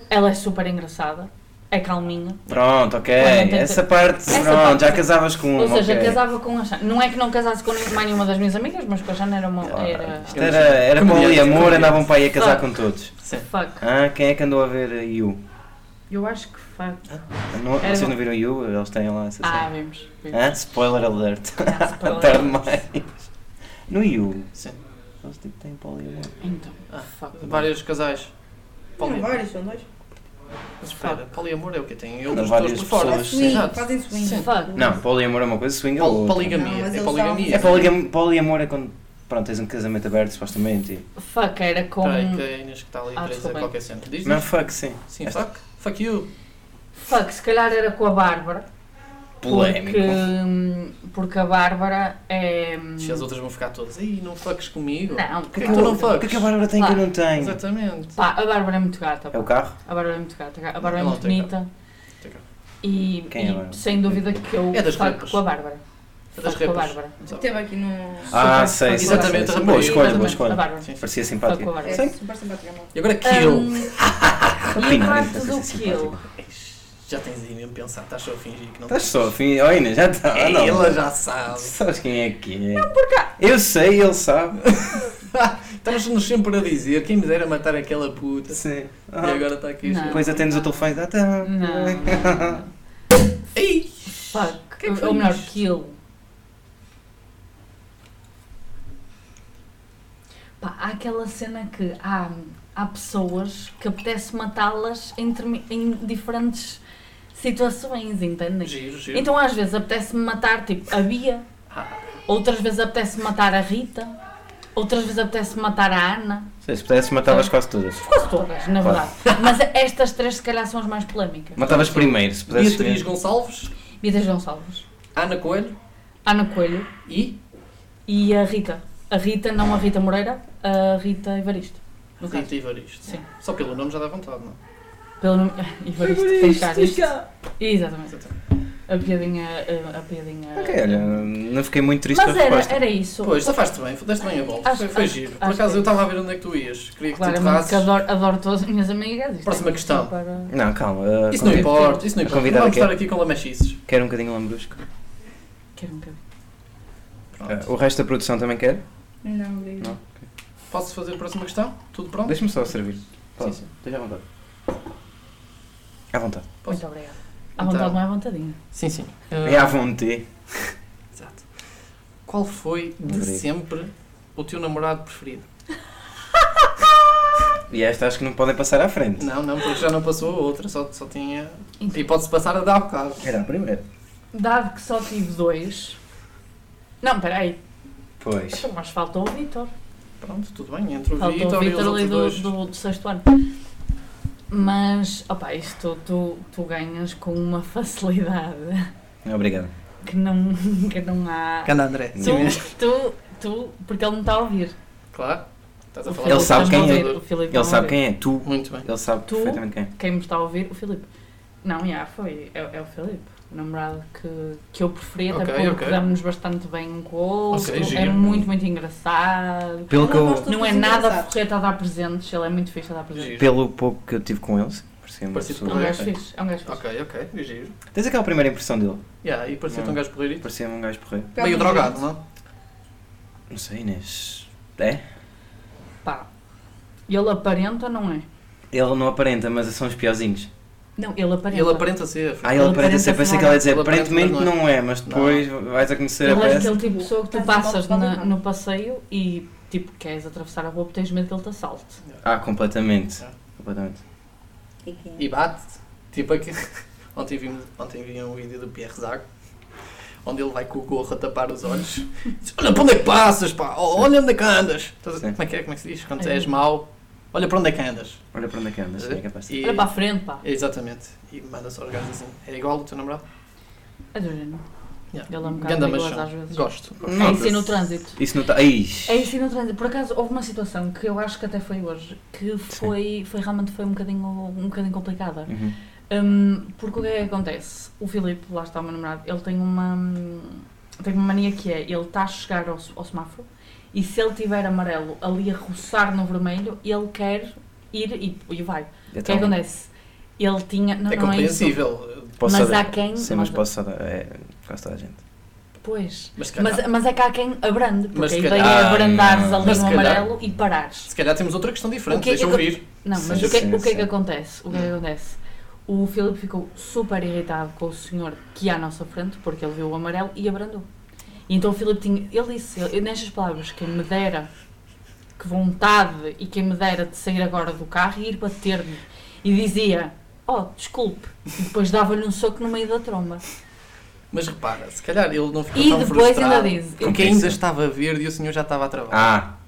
[SPEAKER 1] Ela é super engraçada, é calminha.
[SPEAKER 4] Pronto, ok.
[SPEAKER 1] Olha, tem-
[SPEAKER 4] Essa parte,
[SPEAKER 1] Essa
[SPEAKER 4] pronto,
[SPEAKER 1] parte.
[SPEAKER 4] já casavas com uma.
[SPEAKER 1] Ou seja,
[SPEAKER 4] ok.
[SPEAKER 1] casava com a Xana. Não é que não casasse com mais nenhuma das minhas amigas, mas com a Xana era uma.
[SPEAKER 4] Ah,
[SPEAKER 1] Era...
[SPEAKER 4] Isto era, era
[SPEAKER 3] Comediante,
[SPEAKER 4] poliamor,
[SPEAKER 3] comediante.
[SPEAKER 4] andavam para aí um a casar com todos.
[SPEAKER 3] Sim.
[SPEAKER 1] Fuck.
[SPEAKER 4] Ah, quem é que andou a ver a You?
[SPEAKER 1] Eu acho que fuck.
[SPEAKER 4] Não-
[SPEAKER 1] Era
[SPEAKER 4] vocês
[SPEAKER 1] bom.
[SPEAKER 4] não viram You? Eles têm lá essa
[SPEAKER 1] Ah,
[SPEAKER 4] cena.
[SPEAKER 1] vimos. vimos.
[SPEAKER 4] Ah, spoiler alert.
[SPEAKER 1] spoiler
[SPEAKER 4] Tarde
[SPEAKER 1] alert.
[SPEAKER 4] mais. No You,
[SPEAKER 3] Sim.
[SPEAKER 4] eles tipo, têm poliamor.
[SPEAKER 1] Então,
[SPEAKER 3] Ah,
[SPEAKER 1] fuck.
[SPEAKER 3] Vários casais.
[SPEAKER 2] São
[SPEAKER 3] Poliamor.
[SPEAKER 2] vários, são dois.
[SPEAKER 3] Mas espera, poliamor é o que tem. Eu
[SPEAKER 4] Não,
[SPEAKER 3] dos
[SPEAKER 4] várias
[SPEAKER 3] dois por fora.
[SPEAKER 4] pessoas.
[SPEAKER 3] Sim,
[SPEAKER 2] Swing,
[SPEAKER 3] Exato.
[SPEAKER 2] fazem swing.
[SPEAKER 1] Fuck.
[SPEAKER 4] Não, poliamor é uma coisa, swing é
[SPEAKER 3] Pol-
[SPEAKER 4] outra.
[SPEAKER 2] Não,
[SPEAKER 3] Poligamia.
[SPEAKER 2] mas
[SPEAKER 3] É
[SPEAKER 2] eles
[SPEAKER 3] poligamia.
[SPEAKER 2] são-
[SPEAKER 4] É poligam- poliamor é quando pronto, tens um casamento aberto supostamente. e-
[SPEAKER 1] Fuck, era com.
[SPEAKER 3] Espera aí que a Inês que está ali
[SPEAKER 1] Ah,
[SPEAKER 3] presa a
[SPEAKER 1] desculpa.
[SPEAKER 3] qualquer cena. Diz
[SPEAKER 4] Não,
[SPEAKER 3] diz.
[SPEAKER 4] fuck, sim.
[SPEAKER 3] Sim, fuck. Fuck you.
[SPEAKER 1] Fuck, se calhar era com a Bárbara.
[SPEAKER 4] Polémico.
[SPEAKER 1] Porque, hum, porque a Bárbara é. hum,
[SPEAKER 3] Se as outras vão ficar todas. Ih, não fucks comigo.
[SPEAKER 1] Não,
[SPEAKER 3] Porquê que
[SPEAKER 1] porque Ah,
[SPEAKER 3] tu Então não
[SPEAKER 4] O que é
[SPEAKER 3] fucks?
[SPEAKER 4] que a Bárbara tem que eu não tenho?
[SPEAKER 3] Exatamente.
[SPEAKER 1] Pá, a Bárbara é muito gata.
[SPEAKER 4] É
[SPEAKER 1] pá.
[SPEAKER 4] o carro?
[SPEAKER 1] A Bárbara é muito gata. A Bárbara é
[SPEAKER 3] Ela
[SPEAKER 1] muito
[SPEAKER 3] tem
[SPEAKER 1] bonita.
[SPEAKER 3] Tem cá.
[SPEAKER 1] E,
[SPEAKER 4] Quem é a
[SPEAKER 1] e
[SPEAKER 4] Bárbara?
[SPEAKER 1] sem dúvida que eu
[SPEAKER 3] É das
[SPEAKER 1] fuck
[SPEAKER 3] roupas.
[SPEAKER 1] com a Bárbara.
[SPEAKER 3] É das
[SPEAKER 1] Fuck com a
[SPEAKER 3] roupas.
[SPEAKER 1] Bárbara.
[SPEAKER 3] Exato.
[SPEAKER 2] Teve aqui no.
[SPEAKER 4] Ah,
[SPEAKER 1] Super
[SPEAKER 4] sei, sei,
[SPEAKER 3] Exatamente,
[SPEAKER 4] sei, sei.
[SPEAKER 3] a
[SPEAKER 4] Boa
[SPEAKER 3] rapariga.
[SPEAKER 4] escolha, boa
[SPEAKER 1] Exatamente, A
[SPEAKER 4] escolha.
[SPEAKER 1] Bárbara.
[SPEAKER 3] Sim, sim.
[SPEAKER 4] Parecia
[SPEAKER 1] Fuck com a
[SPEAKER 4] simpática.
[SPEAKER 1] Bárbara.
[SPEAKER 2] É super simpática, não.
[SPEAKER 3] E agora kill.
[SPEAKER 1] Hum,
[SPEAKER 4] Opina,
[SPEAKER 1] e a parte
[SPEAKER 4] deve ser
[SPEAKER 1] do
[SPEAKER 4] simpático.
[SPEAKER 1] kill?
[SPEAKER 3] Já tens aí mesmo pensado, estás só a fingir que não
[SPEAKER 4] Estás só, fim. Oh, Inês, já está.
[SPEAKER 3] É,
[SPEAKER 4] não.
[SPEAKER 3] Ela já sabe.
[SPEAKER 4] Sabes quem é que é? Não, por cá. Eu sei, ele sabe.
[SPEAKER 3] Estamos-nos sempre a dizer quem me dera matar aquela puta.
[SPEAKER 4] Sim.
[SPEAKER 3] E agora está aqui.
[SPEAKER 1] Não.
[SPEAKER 4] Depois atendes o telefone. Ah, tá.
[SPEAKER 1] Não, não.
[SPEAKER 3] Ei!
[SPEAKER 1] Fuck.
[SPEAKER 3] Que é que foi
[SPEAKER 1] ou melhor,
[SPEAKER 3] isto?
[SPEAKER 1] kill. Pá, há aquela cena que há, há pessoas que apetece matá-las em, termi- em diferentes situações, entendem?
[SPEAKER 3] Giro, giro.
[SPEAKER 1] Então às vezes apetece-me matar tipo a Bia,
[SPEAKER 3] Ah,
[SPEAKER 1] outras vezes apetece-me matar a Rita, outras vezes apetece-me matar a Ana.
[SPEAKER 4] Sei, Se pudesse, matavas quase todas.
[SPEAKER 1] Quase todas, na
[SPEAKER 4] Claro.
[SPEAKER 1] verdade. Mas estas três se calhar são as mais polémicas.
[SPEAKER 4] é, Matavas primeiro, se pudesse.
[SPEAKER 3] Beatriz Gonçalves,
[SPEAKER 1] Beatriz Gonçalves,
[SPEAKER 3] Ana Coelho,
[SPEAKER 1] Ana Coelho
[SPEAKER 3] E
[SPEAKER 1] e a Rita. A Rita, não a Rita Moreira, a Rita Evaristo. No caso.
[SPEAKER 3] Rita Ivaristo.
[SPEAKER 1] Sim.
[SPEAKER 3] Só pelo nome já dá vontade, não?
[SPEAKER 1] Pelo nome. Evaristo, tem cara. Exatamente.
[SPEAKER 3] Exatamente.
[SPEAKER 1] A piadinha. eh, A, a piadinha.
[SPEAKER 4] Ok, olha, não fiquei muito triste com a
[SPEAKER 1] Mas era,
[SPEAKER 4] resposta.
[SPEAKER 1] era isso.
[SPEAKER 3] Pois, safaste bem, deste bem a volta.
[SPEAKER 1] Acho-
[SPEAKER 3] Foi, foi
[SPEAKER 1] acho-
[SPEAKER 3] giro. Por
[SPEAKER 1] acho
[SPEAKER 3] acaso
[SPEAKER 1] que-
[SPEAKER 3] eu estava a ver onde é que tu ias. Queria que tu
[SPEAKER 1] Claramente um que
[SPEAKER 3] terrasses.
[SPEAKER 1] adoro, adoro todas as minhas amigas. Isto
[SPEAKER 3] Próxima
[SPEAKER 1] é
[SPEAKER 3] questão.
[SPEAKER 1] para-
[SPEAKER 4] Não, calma.
[SPEAKER 3] Isso não
[SPEAKER 4] convido-
[SPEAKER 3] importa, isso não importa. Não
[SPEAKER 4] convidada é.
[SPEAKER 3] vamos
[SPEAKER 4] quer-
[SPEAKER 3] estar aqui com lamechices.
[SPEAKER 4] Quero um bocadinho lambrusco.
[SPEAKER 1] Quero um bocadinho.
[SPEAKER 4] Ah,
[SPEAKER 3] Pronto.
[SPEAKER 4] o resto da produção também quer?
[SPEAKER 2] Não, obrigada.
[SPEAKER 4] Não.
[SPEAKER 3] Posso fazer a próxima questão? Tudo pronto?
[SPEAKER 4] Deixa-me só servir.
[SPEAKER 3] Sim,
[SPEAKER 4] Pode.
[SPEAKER 3] sim.
[SPEAKER 4] Esteja à vontade. À vontade.
[SPEAKER 3] Posso?
[SPEAKER 1] Muito obrigada. À
[SPEAKER 3] Então.
[SPEAKER 1] vontade, não é à vontadinha.
[SPEAKER 3] Sim, sim.
[SPEAKER 4] É à vontade.
[SPEAKER 3] Exato. Qual foi de
[SPEAKER 4] Rodrigo.
[SPEAKER 3] sempre o teu namorado preferido?
[SPEAKER 4] E esta acho que não podem passar à frente.
[SPEAKER 3] Não, não, porque já não passou a outra, só, só tinha.
[SPEAKER 1] Então.
[SPEAKER 3] E pode-se passar a dar um bocado.
[SPEAKER 4] Era a primeira.
[SPEAKER 1] Dado que só tive dois. Não, peraí.
[SPEAKER 4] Pois.
[SPEAKER 1] Então, Mas faltou o Vitor.
[SPEAKER 3] Pronto, tudo bem, entre o
[SPEAKER 1] Faltou o
[SPEAKER 3] Vitor e os
[SPEAKER 1] Vitor ali
[SPEAKER 3] outros
[SPEAKER 1] do,
[SPEAKER 3] dois.
[SPEAKER 1] do, do sexto ano. Mas, opá, isto tu, tu ganhas com uma facilidade
[SPEAKER 4] Obrigado.
[SPEAKER 1] que não, que não há.
[SPEAKER 3] Ganda André.
[SPEAKER 1] Tu,
[SPEAKER 4] Sim
[SPEAKER 3] mesmo.
[SPEAKER 1] tu, tu, porque ele não está a ouvir.
[SPEAKER 3] Claro. Estás a
[SPEAKER 1] O
[SPEAKER 3] falar um
[SPEAKER 1] Filipe
[SPEAKER 4] Ele sabe
[SPEAKER 1] está-me
[SPEAKER 4] quem
[SPEAKER 1] a
[SPEAKER 4] é.
[SPEAKER 1] ouvir, o Filipe
[SPEAKER 4] Ele
[SPEAKER 1] está-me a
[SPEAKER 4] sabe
[SPEAKER 1] ouvir.
[SPEAKER 4] quem é. Tu.
[SPEAKER 3] Muito bem.
[SPEAKER 4] Ele sabe
[SPEAKER 1] Então, Tu?
[SPEAKER 4] perfeitamente quem é.
[SPEAKER 1] Quem me está a ouvir? O Filipe. Não, já foi. É, é o Filipe. O namorado que, que eu preferi, até
[SPEAKER 3] Ok,
[SPEAKER 1] porque
[SPEAKER 3] ok.
[SPEAKER 1] damos-nos bastante bem um com o outro.
[SPEAKER 3] Ok,
[SPEAKER 1] é
[SPEAKER 3] giro.
[SPEAKER 1] muito, muito engraçado.
[SPEAKER 4] Pelo que eu-
[SPEAKER 2] Todos
[SPEAKER 1] Não é
[SPEAKER 2] os
[SPEAKER 1] nada
[SPEAKER 2] engraçados.
[SPEAKER 1] forreta a dar presentes, ele é muito fixe a dar presentes.
[SPEAKER 3] Giro.
[SPEAKER 4] Pelo pouco que eu tive com ele, sim, parecia uma
[SPEAKER 3] Parecia-te
[SPEAKER 1] É
[SPEAKER 4] pessoa.
[SPEAKER 1] um gajo fixe, é um gajo fixe.
[SPEAKER 3] Ok, ok, giro.
[SPEAKER 4] Tens aquela primeira impressão dele?
[SPEAKER 3] Yeah, e parecia-te
[SPEAKER 4] Não.
[SPEAKER 3] um gajo porreirito.
[SPEAKER 4] Parecia-me um gajo porreiro.
[SPEAKER 2] Pelo
[SPEAKER 3] Meio
[SPEAKER 2] menos
[SPEAKER 3] drogado,
[SPEAKER 2] isso.
[SPEAKER 3] não? é?
[SPEAKER 4] Não sei, Inês. É?
[SPEAKER 1] Pá, ele aparenta ou não é?
[SPEAKER 4] Ele não aparenta, mas são os piorzinhos.
[SPEAKER 1] Não, ele aparenta.
[SPEAKER 3] Ele aparenta ser.
[SPEAKER 4] Ah, ele
[SPEAKER 1] Ele
[SPEAKER 4] aparenta
[SPEAKER 1] aparenta
[SPEAKER 4] ser. Pensei
[SPEAKER 1] ser
[SPEAKER 4] que ela ia dizer,
[SPEAKER 3] Ele aparenta,
[SPEAKER 4] aparentemente
[SPEAKER 3] mas não é.
[SPEAKER 4] não é, mas depois vais a conhecer a
[SPEAKER 1] Ele é
[SPEAKER 4] peça.
[SPEAKER 1] aquele tipo de pessoa que tu
[SPEAKER 2] Tá-se
[SPEAKER 1] passas
[SPEAKER 2] mal,
[SPEAKER 1] na-
[SPEAKER 2] mal.
[SPEAKER 1] no passeio e tipo queres atravessar a rua porque tens medo que ele te assalte.
[SPEAKER 4] Ah, completamente.
[SPEAKER 3] É.
[SPEAKER 4] Completamente.
[SPEAKER 2] E quem é?
[SPEAKER 3] E um bate. Tipo aqui. Ontem vi, ontem vi um vídeo do Pierre Zago. Onde ele vai com o gorro a tapar os olhos. Diz, olha para onde é que passas, pá. Oh, Olha onde é que andas. Estás a-
[SPEAKER 4] Sim.
[SPEAKER 3] Como é que é? Como é que se diz? Quando
[SPEAKER 1] É.
[SPEAKER 3] és mau, olha para onde é que andas.
[SPEAKER 4] Olha para onde é que andas,
[SPEAKER 3] Estás a
[SPEAKER 4] é
[SPEAKER 3] ver?
[SPEAKER 4] capaz de
[SPEAKER 3] E-
[SPEAKER 1] Olha para a frente, pá.
[SPEAKER 3] Exatamente. E manda só os gajos assim. É igual o teu namorado?
[SPEAKER 1] É do género.
[SPEAKER 3] Yeah.
[SPEAKER 1] Ele é um bocado
[SPEAKER 3] Ganda
[SPEAKER 1] perigoso
[SPEAKER 3] machão.
[SPEAKER 1] às vezes.
[SPEAKER 3] Gosto.
[SPEAKER 1] É
[SPEAKER 4] Não,
[SPEAKER 1] isso aí no trânsito.
[SPEAKER 4] Isso não está. Ixi.
[SPEAKER 1] É isso aí no trânsito. Por acaso houve uma situação que eu acho que até foi hoje, que foi, foi realmente foi um bocadinho, um bocadinho complicada.
[SPEAKER 4] Uhum.
[SPEAKER 1] Hum, porque o que é que acontece? O Filipe, lá está o meu namorado, ele tem uma, hum, tem uma mania que é, ele está a chegar ao, se- ao semáforo e se ele tiver amarelo ali a roçar no vermelho, ele quer ir e, e vai. O que é que
[SPEAKER 4] Então,
[SPEAKER 1] acontece? Ele tinha... Não,
[SPEAKER 3] é
[SPEAKER 1] não é isso.
[SPEAKER 3] compreensível.
[SPEAKER 4] posso
[SPEAKER 1] Mas
[SPEAKER 4] só-
[SPEAKER 1] há quem-
[SPEAKER 4] Sim, mas
[SPEAKER 1] mas-
[SPEAKER 4] posso só dar. É, quase toda a gente.
[SPEAKER 1] Pois.
[SPEAKER 3] Mas, se calhar,
[SPEAKER 1] Mas, mas é que há quem abrande, porque
[SPEAKER 3] Mas
[SPEAKER 1] a
[SPEAKER 3] se
[SPEAKER 1] ideia é
[SPEAKER 3] calhar-
[SPEAKER 1] abrandares ali
[SPEAKER 3] Mas
[SPEAKER 1] no
[SPEAKER 3] se calhar-
[SPEAKER 1] amarelo e parares.
[SPEAKER 3] se calhar temos outra questão diferente.
[SPEAKER 1] O que é que
[SPEAKER 3] Deixa eu vir.
[SPEAKER 1] Não, mas
[SPEAKER 4] Sim,
[SPEAKER 1] o, que,
[SPEAKER 4] sim,
[SPEAKER 1] o que é
[SPEAKER 4] sim. Hum.
[SPEAKER 1] que acontece? O que é que acontece? O Filipe ficou super irritado com o senhor que há à nossa frente, porque ele viu o amarelo e abrandou. E então o Filipe tinha. Ele disse, ele- nestas palavras, que me dera, que vontade e que me dera de sair agora do carro e ir bater-me. E dizia, oh, desculpe. E depois dava-lhe um soco no meio da tromba.
[SPEAKER 3] Mas repara, se calhar ele não ficou
[SPEAKER 1] E
[SPEAKER 3] tão
[SPEAKER 1] depois
[SPEAKER 3] frustrado.
[SPEAKER 1] ainda diz.
[SPEAKER 3] Porque
[SPEAKER 4] Compensa.
[SPEAKER 3] ainda estava verde e o senhor já estava a trabalhar.
[SPEAKER 4] Ah!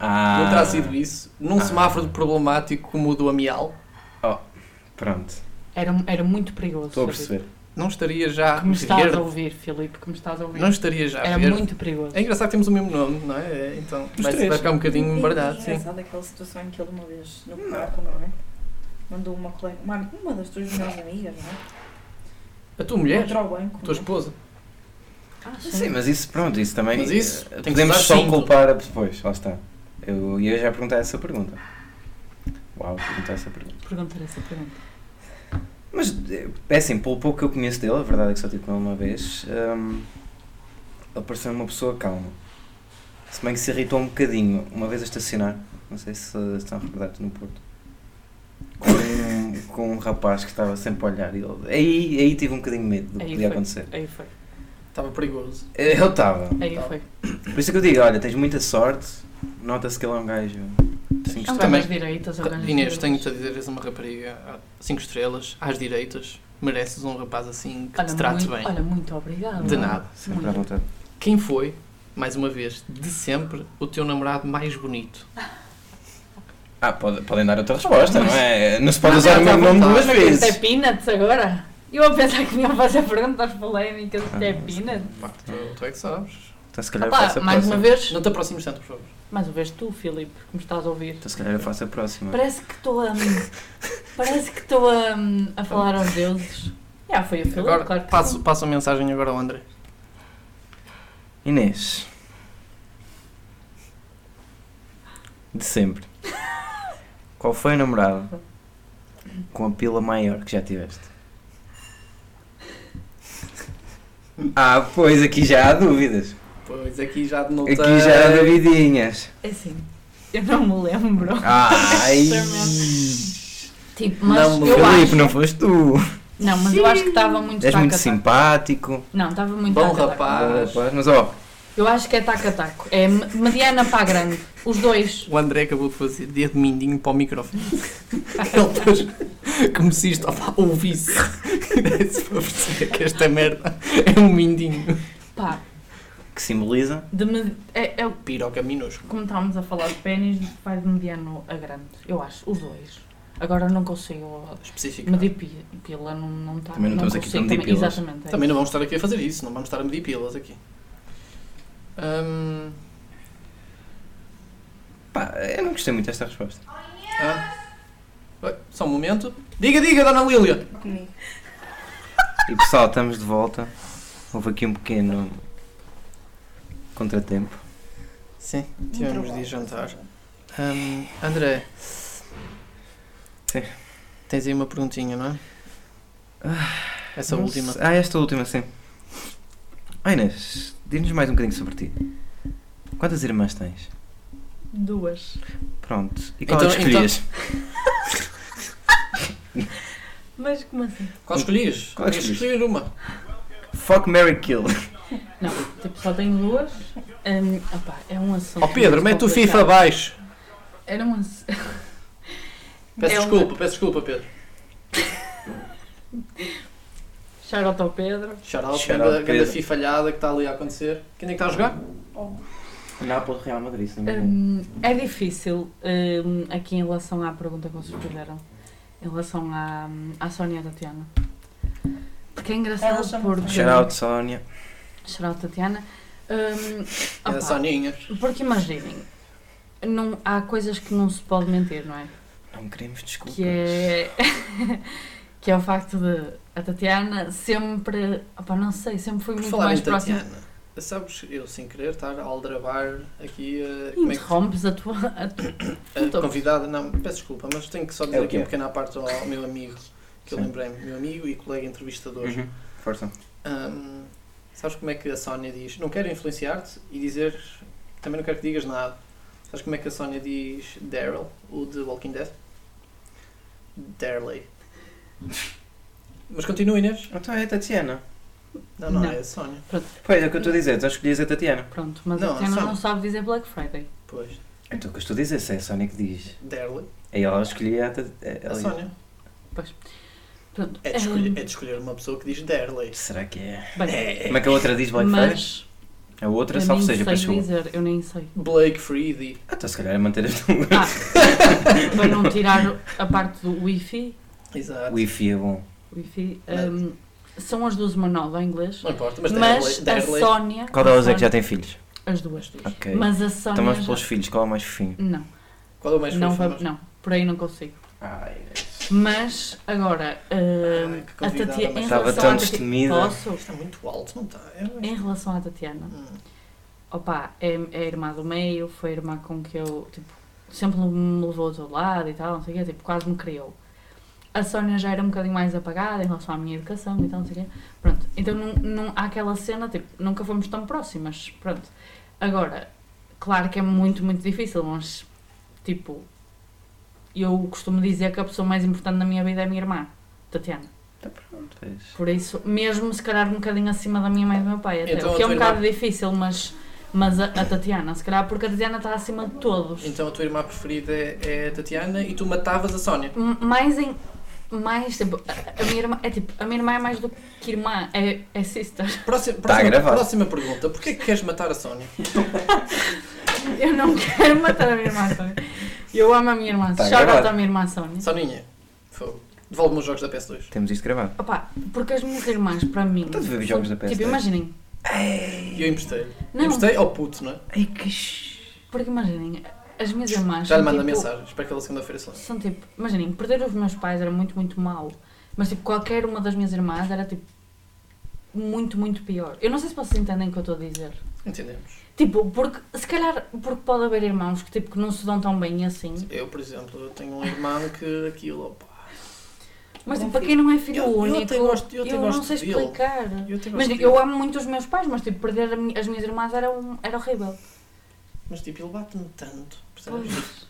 [SPEAKER 3] Não
[SPEAKER 4] Ah!
[SPEAKER 3] terá sido isso. Num
[SPEAKER 4] Ah.
[SPEAKER 3] semáforo problemático como o do Amial,
[SPEAKER 4] Pronto,
[SPEAKER 1] Era, era muito perigoso.
[SPEAKER 4] estou a
[SPEAKER 1] Filipe.
[SPEAKER 4] perceber.
[SPEAKER 3] não estaria já
[SPEAKER 1] Que me estás a
[SPEAKER 3] verde.
[SPEAKER 1] ouvir, Filipe, que me estás a ouvir.
[SPEAKER 3] Não estaria já
[SPEAKER 1] Era
[SPEAKER 3] verde.
[SPEAKER 1] muito perigoso.
[SPEAKER 3] É engraçado que temos o mesmo nome, não é? É, Então
[SPEAKER 4] Os
[SPEAKER 3] vai,
[SPEAKER 4] três.
[SPEAKER 3] vai ficar um bocadinho embaralhado,
[SPEAKER 2] E
[SPEAKER 3] sim.
[SPEAKER 2] engraçado aquela situação em que ele uma vez, no quarto, não é? Mandou uma colega, uma, uma das tuas melhores amigas, não é?
[SPEAKER 3] A tua mulher,
[SPEAKER 2] Contra
[SPEAKER 3] a
[SPEAKER 2] o banco.
[SPEAKER 3] tua
[SPEAKER 2] não é?
[SPEAKER 3] esposa.
[SPEAKER 1] Ah,
[SPEAKER 4] Sim, mas isso, pronto, isso também.
[SPEAKER 3] Mas isso,
[SPEAKER 4] eh,
[SPEAKER 3] tem que
[SPEAKER 4] podemos
[SPEAKER 3] usar
[SPEAKER 4] só
[SPEAKER 3] cinto.
[SPEAKER 4] culpar a. Pois, lá está. Eu ia já perguntar essa pergunta. Uau, perguntar essa pergunta.
[SPEAKER 1] Perguntar essa pergunta.
[SPEAKER 4] Mas eh, é assim, pelo pouco que eu conheço dele, a verdade é que só tive com ele uma vez, hum, ele pareceu uma pessoa calma. Se bem que se irritou um bocadinho, uma vez a estacionar, não sei se estão recordados no Porto, com um, com um rapaz que estava sempre a olhar. e Ele, aí, aí tive um bocadinho de medo do que
[SPEAKER 1] Aí
[SPEAKER 4] podia
[SPEAKER 1] foi.
[SPEAKER 4] acontecer. Eh,
[SPEAKER 1] Aí foi.
[SPEAKER 3] Estava perigoso.
[SPEAKER 4] Eu estava.
[SPEAKER 1] Aí
[SPEAKER 3] Tá.
[SPEAKER 1] foi.
[SPEAKER 4] Por isso é que eu digo, olha, tens muita sorte, nota-se que ele é um gajo. Cinco
[SPEAKER 1] É um
[SPEAKER 4] estrelas.
[SPEAKER 1] gajo
[SPEAKER 3] Também.
[SPEAKER 1] de direitas, é um gajo de
[SPEAKER 3] Inês,
[SPEAKER 1] direitas.
[SPEAKER 3] tenho-te a dizer, és uma rapariga 5 estrelas, às direitas. Mereces um rapaz assim que
[SPEAKER 1] Olha,
[SPEAKER 3] te trate
[SPEAKER 1] muito,
[SPEAKER 3] bem.
[SPEAKER 1] Olha, muito obrigada.
[SPEAKER 3] De nada.
[SPEAKER 4] Sempre à vontade.
[SPEAKER 3] Quem foi, mais uma vez, de sempre, o teu namorado mais bonito?
[SPEAKER 4] Ah, pode- podem dar outra resposta, não é? Não se pode
[SPEAKER 3] Não, não,
[SPEAKER 4] usar o mesmo
[SPEAKER 3] tá à
[SPEAKER 4] nome duas
[SPEAKER 3] vontade.
[SPEAKER 1] Isto é
[SPEAKER 4] vezes.
[SPEAKER 1] peanuts agora? Eu a pensar que me iam fazer perguntas polémicas, que é
[SPEAKER 4] Ah,
[SPEAKER 1] pina.
[SPEAKER 3] Pá, tu, tu é que sabes.
[SPEAKER 4] Então se calhar eu
[SPEAKER 1] Opa,
[SPEAKER 4] faço a
[SPEAKER 1] mais
[SPEAKER 4] próxima.
[SPEAKER 1] uma vez,
[SPEAKER 3] Não te aproximes tanto, por favor.
[SPEAKER 1] mais uma vez tu, Filipe, que me estás a ouvir.
[SPEAKER 4] Então se calhar eu faço a próxima.
[SPEAKER 1] Parece que estou a. parece que estou a, a falar aos deuses. Já foi o Filipe,
[SPEAKER 3] Agora
[SPEAKER 1] claro que
[SPEAKER 3] passo,
[SPEAKER 1] sim.
[SPEAKER 3] passo a mensagem agora ao André.
[SPEAKER 4] Inês. De sempre. Qual foi a namorada com a pila maior que já tiveste? Ah, pois aqui já há dúvidas.
[SPEAKER 3] Pois aqui já denotei.
[SPEAKER 4] Aqui já há duvidinhas.
[SPEAKER 1] É assim, eu não me lembro.
[SPEAKER 4] Ai.
[SPEAKER 1] Tipo, mas
[SPEAKER 3] Não me
[SPEAKER 1] eu
[SPEAKER 3] lembro.
[SPEAKER 1] acho.
[SPEAKER 4] Filipe, não foste tu.
[SPEAKER 1] Não, mas eu acho que estava muito
[SPEAKER 4] És muito
[SPEAKER 1] taca-taco.
[SPEAKER 4] simpático.
[SPEAKER 1] Não, estava muito
[SPEAKER 3] Bom
[SPEAKER 1] taca-taco.
[SPEAKER 3] rapaz.
[SPEAKER 4] Rapaz, Mas ó,
[SPEAKER 1] Eu acho que é taca-taco. É me- mediana para a grande. Os dois.
[SPEAKER 3] O André acabou de fazer dedo mindinho para o microfone. Ele depois, como se isto opa, ouvisse. Desse para perceber que esta merda é um mindinho.
[SPEAKER 1] Pá,
[SPEAKER 4] que simboliza.
[SPEAKER 1] de med... é, é-
[SPEAKER 3] Piroca minúsculo.
[SPEAKER 1] como estávamos a falar de pênis, vai de mediano a grande. Eu acho, os dois. Agora eu não consigo
[SPEAKER 3] Específico.
[SPEAKER 1] medir pi- pila, não, não está.
[SPEAKER 4] Também não estamos aqui
[SPEAKER 1] consigo
[SPEAKER 4] para medir
[SPEAKER 1] também.
[SPEAKER 4] pilas.
[SPEAKER 1] Exatamente. é
[SPEAKER 3] Também não vamos estar aqui a fazer isso, não vamos estar a medir pilas aqui. Hum,
[SPEAKER 4] Pá, eu não gostei muito desta resposta.
[SPEAKER 3] ah. Oi, só um momento. Diga, diga, Dona Lilia!
[SPEAKER 2] Comigo.
[SPEAKER 4] E pessoal, estamos de volta. Houve aqui um pequeno contratempo.
[SPEAKER 3] Sim,
[SPEAKER 2] Um
[SPEAKER 3] tivemos de
[SPEAKER 2] trabalho.
[SPEAKER 3] ir jantar. Hum, André.
[SPEAKER 4] Sim.
[SPEAKER 3] Tens aí uma perguntinha, não é? Essa
[SPEAKER 4] Não
[SPEAKER 3] última.
[SPEAKER 4] sei- Ah, esta última, sim. Ah, Inês, diz-nos mais um bocadinho sobre ti. Quantas irmãs tens?
[SPEAKER 1] Duas.
[SPEAKER 4] Pronto. E qual
[SPEAKER 3] Então-
[SPEAKER 4] é que escolhias?
[SPEAKER 1] Mas como assim?
[SPEAKER 3] Qual escolhias?
[SPEAKER 4] Qual é
[SPEAKER 3] Qual
[SPEAKER 4] escolhias?
[SPEAKER 3] escolher uma.
[SPEAKER 4] Fuck, Mary Kill.
[SPEAKER 1] Não, tipo, só tenho duas. Hum, opá, é um assunto.
[SPEAKER 3] Ó Pedro,
[SPEAKER 1] muito
[SPEAKER 3] mete o
[SPEAKER 1] complicado.
[SPEAKER 3] FIFA abaixo.
[SPEAKER 1] Era um ass-
[SPEAKER 3] Peço
[SPEAKER 1] É um-
[SPEAKER 3] desculpa, peço desculpa, Pedro.
[SPEAKER 1] Shout ao Pedro.
[SPEAKER 3] Charal,
[SPEAKER 4] Shout out,
[SPEAKER 3] grande, grande
[SPEAKER 4] Pedro.
[SPEAKER 3] fifalhada que está ali a acontecer. Quem é que está a jogar?
[SPEAKER 4] Nápoles, Real Madrid, se não
[SPEAKER 1] Hum, é difícil hum, aqui em relação à pergunta que vocês fizeram, em relação à, hum, à Sónia e à Tatiana. Porque é engraçado
[SPEAKER 2] Elas são
[SPEAKER 1] porque.
[SPEAKER 4] Shout out, Sónia.
[SPEAKER 1] Shout out, Tatiana. Hum,
[SPEAKER 4] Ah,
[SPEAKER 3] É
[SPEAKER 1] opá,
[SPEAKER 3] a Soninha.
[SPEAKER 1] porque imaginem, não, há coisas que não se pode mentir, não é?
[SPEAKER 4] Não queremos desculpas.
[SPEAKER 1] que é que é o facto de a Tatiana sempre opa, não sei, sempre foi
[SPEAKER 3] Por
[SPEAKER 1] muito
[SPEAKER 3] falar
[SPEAKER 1] mais
[SPEAKER 3] em
[SPEAKER 1] próxima.
[SPEAKER 3] Tatiana, sabes, eu sem querer estar a aldrabar aqui a, como é que,
[SPEAKER 1] Interrompes a tua. a tu-
[SPEAKER 3] a Eh, convidada. Não, peço desculpa, mas tenho que só dizer
[SPEAKER 4] o que
[SPEAKER 3] aqui um
[SPEAKER 4] é.
[SPEAKER 3] pequeno à parte ao, ao meu amigo, que eu
[SPEAKER 4] Sim.
[SPEAKER 3] lembrei-me, meu amigo e colega entrevistador.
[SPEAKER 4] Uhum. Força.
[SPEAKER 3] Hum, sabes como é que a Sónia diz? Não quero influenciar-te e dizer. Também não quero que digas nada. Sabes como é que a Sónia diz Daryl, o de Walking Dead? Darley. Mas continua, Inês?
[SPEAKER 4] Então é a Tatiana.
[SPEAKER 3] Não, não,
[SPEAKER 1] Não.
[SPEAKER 3] é a Sónia.
[SPEAKER 4] Pois, é o que eu estou a dizer. Então escolhias a Tatiana.
[SPEAKER 1] Pronto, mas
[SPEAKER 3] Não,
[SPEAKER 1] a Tatiana
[SPEAKER 3] sabe.
[SPEAKER 1] não sabe dizer Black Friday.
[SPEAKER 3] Pois.
[SPEAKER 4] Então o que eu estou a dizer, se é a Sónia que diz.
[SPEAKER 3] Darley.
[SPEAKER 4] Aí ela escolhia a é
[SPEAKER 3] A
[SPEAKER 4] Tatiana.
[SPEAKER 3] Sónia.
[SPEAKER 1] Pronto, Hum,
[SPEAKER 3] É de, escolher, é de escolher uma pessoa que diz Darley.
[SPEAKER 4] Será que é?
[SPEAKER 1] Bem,
[SPEAKER 4] Como é que a outra diz Black Friday?
[SPEAKER 1] mas
[SPEAKER 4] A outra,
[SPEAKER 1] eu
[SPEAKER 4] salvo
[SPEAKER 1] nem
[SPEAKER 4] seja,
[SPEAKER 1] sei
[SPEAKER 4] pessoa.
[SPEAKER 1] dizer, eu nem sei.
[SPEAKER 3] Blake Freedy.
[SPEAKER 4] Ah, Então se calhar é manter as duas.
[SPEAKER 1] Ah, para não tirar a parte do Wi-Fi,
[SPEAKER 3] Exato.
[SPEAKER 4] Wi-Fi é bom.
[SPEAKER 1] Wi-Fi hum, são as duas uma nova em inglês.
[SPEAKER 3] Não importa, mas,
[SPEAKER 1] Mas a
[SPEAKER 3] Darley. é
[SPEAKER 1] Sónia.
[SPEAKER 4] Qual delas é que já tem filhos?
[SPEAKER 1] As duas.
[SPEAKER 4] Ok.
[SPEAKER 1] Mas a Sónia.
[SPEAKER 4] Então vamos
[SPEAKER 1] já-
[SPEAKER 4] pelos filhos, qual é o mais fofinho?
[SPEAKER 1] Não,
[SPEAKER 3] Qual é o mais
[SPEAKER 1] não,
[SPEAKER 3] fofo?
[SPEAKER 1] vai- não, por aí não consigo.
[SPEAKER 4] Ai, é
[SPEAKER 1] Mas agora, hum,
[SPEAKER 3] Ai, Ah, que
[SPEAKER 1] a
[SPEAKER 3] convidada,
[SPEAKER 1] Tatiana.
[SPEAKER 3] mas
[SPEAKER 1] em
[SPEAKER 4] estava
[SPEAKER 1] relação
[SPEAKER 4] tão
[SPEAKER 1] à Tati-
[SPEAKER 4] destemida.
[SPEAKER 1] Posso?
[SPEAKER 3] Está é muito alto, não está? É-
[SPEAKER 1] Em relação à Tatiana,
[SPEAKER 3] Hum.
[SPEAKER 1] opa, é, é a irmã do meio, foi a irmã com que eu, tipo, sempre me levou do lado e tal, não sei o quê, tipo, quase me criou. A Sónia já era um bocadinho mais apagada em relação à minha educação e tal, não sei o quê. Pronto, então não, não, há aquela cena, tipo, nunca fomos tão próximas, pronto. Agora, claro que é muito, muito difícil, mas, tipo, eu costumo dizer que a pessoa mais importante na minha vida é a minha irmã, Tatiana.
[SPEAKER 4] Está pronto, vês.
[SPEAKER 1] Por isso, mesmo se calhar um bocadinho acima da minha mãe e do meu pai, até,
[SPEAKER 3] Então,
[SPEAKER 1] o que é
[SPEAKER 3] a tua
[SPEAKER 1] um bocado difícil, mas, mas a, a Tatiana, se calhar porque a Tatiana está acima de todos.
[SPEAKER 3] Então a tua irmã preferida é é a Tatiana e tu matavas a Sónia.
[SPEAKER 1] M- Mais em. Mais, tipo, a, a minha irmã é tipo, a minha irmã é mais do que irmã, é, é sister.
[SPEAKER 3] Próxima,
[SPEAKER 4] Tá
[SPEAKER 3] próxima,
[SPEAKER 4] gravado.
[SPEAKER 3] próxima pergunta. Porquê é que queres matar a Sónia?
[SPEAKER 1] Eu não quero matar a minha irmã Sónia. Eu amo a minha irmã,
[SPEAKER 4] Tá
[SPEAKER 1] choro
[SPEAKER 4] gravado.
[SPEAKER 1] a minha irmã Sónia.
[SPEAKER 3] Soninha. Fogo. Devolve-me os jogos da PS2.
[SPEAKER 4] Temos isto gravado.
[SPEAKER 1] Opa, porque as minhas irmãs, para mim.
[SPEAKER 3] Então,
[SPEAKER 4] Estás a ver os
[SPEAKER 1] são-
[SPEAKER 4] jogos da PS2?
[SPEAKER 1] Tipo, imaginem.
[SPEAKER 3] E eu emprestei-lhe.
[SPEAKER 1] Não.
[SPEAKER 3] Emprestei ao puto, não é?
[SPEAKER 4] Ai que. ch-
[SPEAKER 1] Porque imaginem, as minhas irmãs.
[SPEAKER 3] Já lhe
[SPEAKER 1] são,
[SPEAKER 3] manda
[SPEAKER 1] tipo,
[SPEAKER 3] mensagem. Espero que ele segunda-feira se lembre.
[SPEAKER 1] São tipo, imaginem, perder os meus pais era muito, muito mau. Mas tipo, qualquer uma das minhas irmãs era tipo. Muito, muito pior. Eu não sei se vocês entendem o que eu estou a dizer.
[SPEAKER 3] Entendemos.
[SPEAKER 1] Tipo, porque se calhar, porque pode haver irmãos que tipo que não se dão tão bem assim.
[SPEAKER 3] Eu, por exemplo, eu tenho um irmão que aquilo, opa.
[SPEAKER 1] Mas
[SPEAKER 2] Bom
[SPEAKER 1] tipo, para quem não é filho
[SPEAKER 3] Eu- eu
[SPEAKER 1] único,
[SPEAKER 3] até gosto- eu até
[SPEAKER 1] não
[SPEAKER 3] gosto
[SPEAKER 1] sei
[SPEAKER 3] dele.
[SPEAKER 1] explicar.
[SPEAKER 3] Eu tenho
[SPEAKER 1] Mas
[SPEAKER 3] gosto
[SPEAKER 1] eu
[SPEAKER 3] dele.
[SPEAKER 1] amo muito os meus pais, mas tipo, perder a mi- as minhas irmãs era, um, era horrível.
[SPEAKER 3] Mas tipo, ele bate-me tanto, percebes?
[SPEAKER 1] Pois.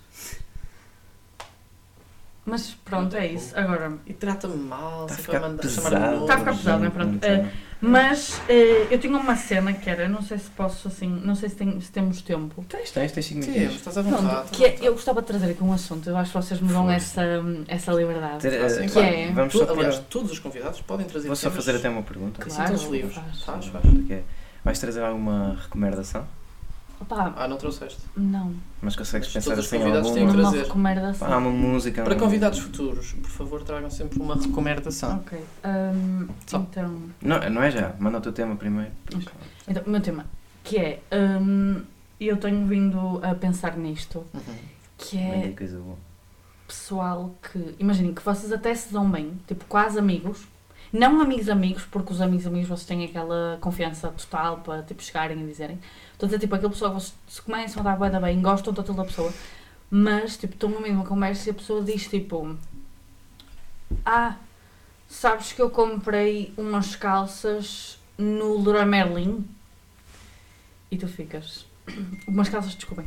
[SPEAKER 1] Mas pronto, é isso. Agora,
[SPEAKER 3] E trata-me mal,
[SPEAKER 4] Está Tá
[SPEAKER 3] sempre
[SPEAKER 4] a
[SPEAKER 3] Tá a né?
[SPEAKER 4] ficar
[SPEAKER 3] mandar
[SPEAKER 4] pesado.
[SPEAKER 1] Está a ficar pesado, não é?
[SPEAKER 4] gente,
[SPEAKER 1] Pronto.
[SPEAKER 4] não
[SPEAKER 1] É.
[SPEAKER 4] está.
[SPEAKER 1] Mas eh, eu tinha uma cena que era, não sei se posso assim, não sei se, tem- se temos tempo.
[SPEAKER 4] Tens, tens, tens 5
[SPEAKER 3] Sim, Tá
[SPEAKER 4] minutos.
[SPEAKER 3] estás à
[SPEAKER 1] Pronto,
[SPEAKER 3] vontade.
[SPEAKER 1] que é- eu gostava de trazer aqui um assunto, eu acho que vocês me dão essa, essa liberdade.
[SPEAKER 4] Ter-
[SPEAKER 3] Ah, sim,
[SPEAKER 4] eh,
[SPEAKER 3] claro.
[SPEAKER 1] Que é-
[SPEAKER 4] Vamos
[SPEAKER 3] Tu,
[SPEAKER 4] só pôr.
[SPEAKER 3] aliás, todos os convidados podem trazer
[SPEAKER 4] Vou só
[SPEAKER 3] temas.
[SPEAKER 4] fazer até uma pergunta.
[SPEAKER 3] Sim,
[SPEAKER 1] Claro,
[SPEAKER 3] todos livres.
[SPEAKER 1] faz.
[SPEAKER 3] Faz, faz.
[SPEAKER 4] Que é, Vais trazer alguma recomendação?
[SPEAKER 1] Opa,
[SPEAKER 3] Ah, não trouxeste.
[SPEAKER 1] não,
[SPEAKER 4] Mas consegues
[SPEAKER 3] Mas
[SPEAKER 4] pensar
[SPEAKER 3] todos os
[SPEAKER 4] assim
[SPEAKER 3] convidados têm
[SPEAKER 1] não,
[SPEAKER 3] que
[SPEAKER 4] alguma?
[SPEAKER 1] não
[SPEAKER 3] trazer.
[SPEAKER 1] recomendo assim.
[SPEAKER 4] Ah, uma música.
[SPEAKER 3] Para
[SPEAKER 4] um-
[SPEAKER 3] convidados futuros, por favor, tragam sempre uma recomendação.
[SPEAKER 1] Ok. hum,
[SPEAKER 3] Só.
[SPEAKER 1] então,
[SPEAKER 4] Não, não é já. Manda o teu tema primeiro. depois.
[SPEAKER 1] então, o meu tema, que é. hum, eu tenho vindo a pensar nisto,
[SPEAKER 4] Ah.
[SPEAKER 3] Uhum.
[SPEAKER 1] que
[SPEAKER 4] Vem
[SPEAKER 1] é
[SPEAKER 4] daí coisa boa.
[SPEAKER 1] pessoal que. Imaginem que vocês até se dão bem, tipo, quase amigos. Não amigos amigos, porque os amigos amigos vocês têm aquela confiança total para tipo, chegarem e dizerem. Então é tipo aquele pessoal que vocês se começam a dar bué da bem, gostam total da pessoa, mas tipo, estão no meio de uma conversa e a pessoa diz tipo Ah, sabes que eu comprei umas calças no Leroy Merlin? E tu ficas. Umas calças, desculpem.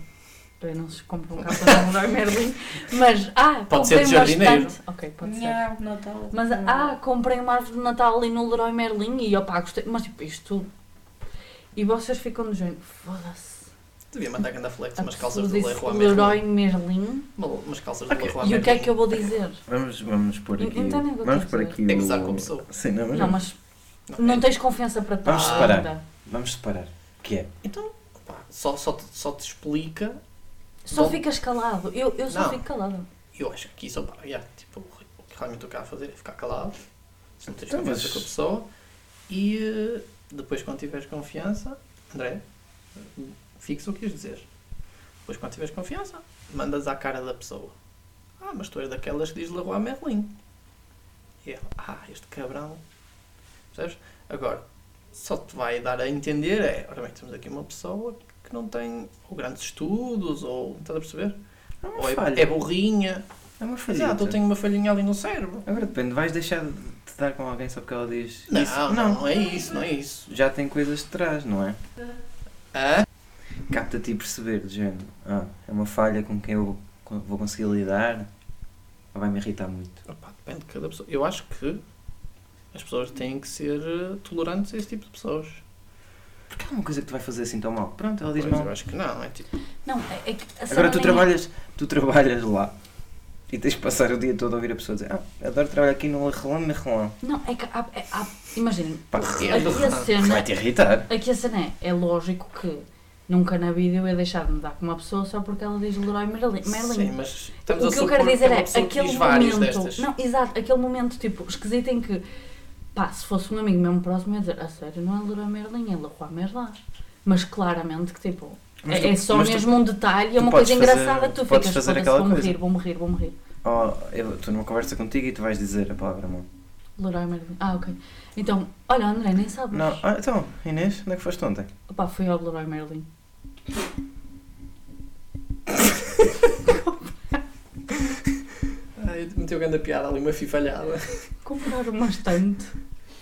[SPEAKER 1] Eu não se compram calças no Leroy Merlin, mas ah,
[SPEAKER 3] Pode ser de
[SPEAKER 1] comprei uma
[SPEAKER 3] jardineiro.
[SPEAKER 1] estante. Ok, pode ser.
[SPEAKER 2] Minha tá árvore de Natal.
[SPEAKER 1] Mas, ah, comprei uma árvore de Natal ali no Leroy Merlin e opá, gostei. Mas tipo, isto. E vocês ficam do género, foda-se.
[SPEAKER 3] Devia mandar ganda flex,
[SPEAKER 1] a
[SPEAKER 3] umas
[SPEAKER 1] pessoa
[SPEAKER 3] calças do
[SPEAKER 1] disse
[SPEAKER 3] Leroy
[SPEAKER 1] Leroy
[SPEAKER 3] mesmo.
[SPEAKER 1] Merlin.
[SPEAKER 3] Uma- Umas calças do Leroy
[SPEAKER 1] E o que é
[SPEAKER 3] Merlin.
[SPEAKER 1] que eu vou dizer?
[SPEAKER 4] Vamos, vamos pôr
[SPEAKER 1] En-
[SPEAKER 4] aqui.
[SPEAKER 1] então nem vou
[SPEAKER 4] Vamos
[SPEAKER 1] ter
[SPEAKER 4] pôr
[SPEAKER 1] que
[SPEAKER 4] aqui.
[SPEAKER 3] É
[SPEAKER 4] o-
[SPEAKER 3] gozar com a pessoa.
[SPEAKER 4] Sim, não, mas.
[SPEAKER 1] Não, mas
[SPEAKER 3] é-
[SPEAKER 1] não tens confiança para tal
[SPEAKER 4] Vamos separar.
[SPEAKER 1] ainda.
[SPEAKER 4] Vamos separar. Que é.
[SPEAKER 3] Então, pá, só, só, te, só te explica.
[SPEAKER 1] Só
[SPEAKER 3] Bom.
[SPEAKER 1] ficas calado. Eu, eu só
[SPEAKER 3] Não.
[SPEAKER 1] fico calado.
[SPEAKER 3] Eu acho que aqui só para. Yeah, tipo, o que realmente eu quero fazer é ficar calado. Se não tens
[SPEAKER 4] Então,
[SPEAKER 3] confiança
[SPEAKER 4] mas-
[SPEAKER 3] com a pessoa. E eh, depois, quando tiveres confiança, André, eh, fixa o que ias dizer. Depois, quando tiveres confiança, mandas à cara da pessoa. Ah, mas tu és daquelas que diz Leroy Merlin. E ela, ah, este cabrão. Percebes? Agora, só te vai dar a entender é, ora bem, temos aqui uma pessoa que não tem ou grandes estudos, ou estás a perceber?
[SPEAKER 4] É uma
[SPEAKER 3] Ou é,
[SPEAKER 4] falha.
[SPEAKER 3] é burrinha.
[SPEAKER 4] É uma falha.
[SPEAKER 3] Exato, eu ah, então tenho uma falhinha ali no cérebro.
[SPEAKER 4] Agora depende. Vais deixar de te dar com alguém só porque ela diz.
[SPEAKER 3] Não,
[SPEAKER 4] isso?
[SPEAKER 3] não, não, é isso, não é isso.
[SPEAKER 4] Já tem coisas de trás, não é?
[SPEAKER 3] Hã?
[SPEAKER 4] Capta-te e perceber, de género. Ah, é uma falha com quem eu co- vou conseguir lidar. Ou vai me irritar muito.
[SPEAKER 3] Opa, depende de cada pessoa. Eu acho que as pessoas têm que ser eh, tolerantes a esse tipo de pessoas.
[SPEAKER 4] Porque é uma coisa que tu vai fazer assim tão mal. Pronto, ela diz
[SPEAKER 3] Pois,
[SPEAKER 4] mal.
[SPEAKER 3] eu acho que não, é tipo.
[SPEAKER 1] Não, é, é que a cena
[SPEAKER 4] Agora tu
[SPEAKER 1] nem é-
[SPEAKER 4] trabalhas, tu trabalhas lá e tens de passar o dia todo a ouvir a pessoa dizer ah, adoro trabalhar aqui no Relão e no Relão.
[SPEAKER 1] Não, é que há. é- há- Imaginem,
[SPEAKER 4] Pá,
[SPEAKER 3] É
[SPEAKER 1] aqui a
[SPEAKER 3] verdade.
[SPEAKER 1] cena.
[SPEAKER 4] vai-te irritar.
[SPEAKER 1] Aqui a cena é. É lógico que nunca na vida eu ia deixar de me dar com uma pessoa só porque ela diz Leroy Merlin. Merlin.
[SPEAKER 3] Sim, mas estamos a
[SPEAKER 1] O que eu
[SPEAKER 3] supor
[SPEAKER 1] quero dizer
[SPEAKER 3] uma
[SPEAKER 1] é
[SPEAKER 3] pessoa que
[SPEAKER 1] aquele
[SPEAKER 3] diz várias
[SPEAKER 1] momento.
[SPEAKER 3] destas.
[SPEAKER 1] Não, exato, aquele momento tipo esquisito em que pá, se fosse um amigo mesmo próximo, eu ia dizer a sério, não é Leroy Merlin, é Leroy Merlin. Mas claramente que tipo,
[SPEAKER 4] Mas
[SPEAKER 1] é,
[SPEAKER 4] tu-
[SPEAKER 1] é só
[SPEAKER 4] mas tu-
[SPEAKER 1] mesmo um detalhe,
[SPEAKER 4] tu
[SPEAKER 1] é uma
[SPEAKER 4] podes
[SPEAKER 1] coisa
[SPEAKER 4] fazer-
[SPEAKER 1] engraçada que tu
[SPEAKER 4] podes
[SPEAKER 1] ficas
[SPEAKER 4] fazer
[SPEAKER 1] "Foda-se,
[SPEAKER 4] aquela
[SPEAKER 1] vou morrer,
[SPEAKER 4] coisa."
[SPEAKER 1] vou morrer, vou morrer.
[SPEAKER 4] Ou Oh, eu estou numa conversa contigo e tu vais dizer a palavra mão.
[SPEAKER 1] Leroy Merlin. Ah, ok. Então, olha, André, nem sabes.
[SPEAKER 4] Não, ah, então, Inês, onde é que foste ontem?
[SPEAKER 1] Opa, fui ao Leroy Merlin.
[SPEAKER 3] Ai, meteu grande piada ali, uma fifalhada.
[SPEAKER 1] Comprar uma estante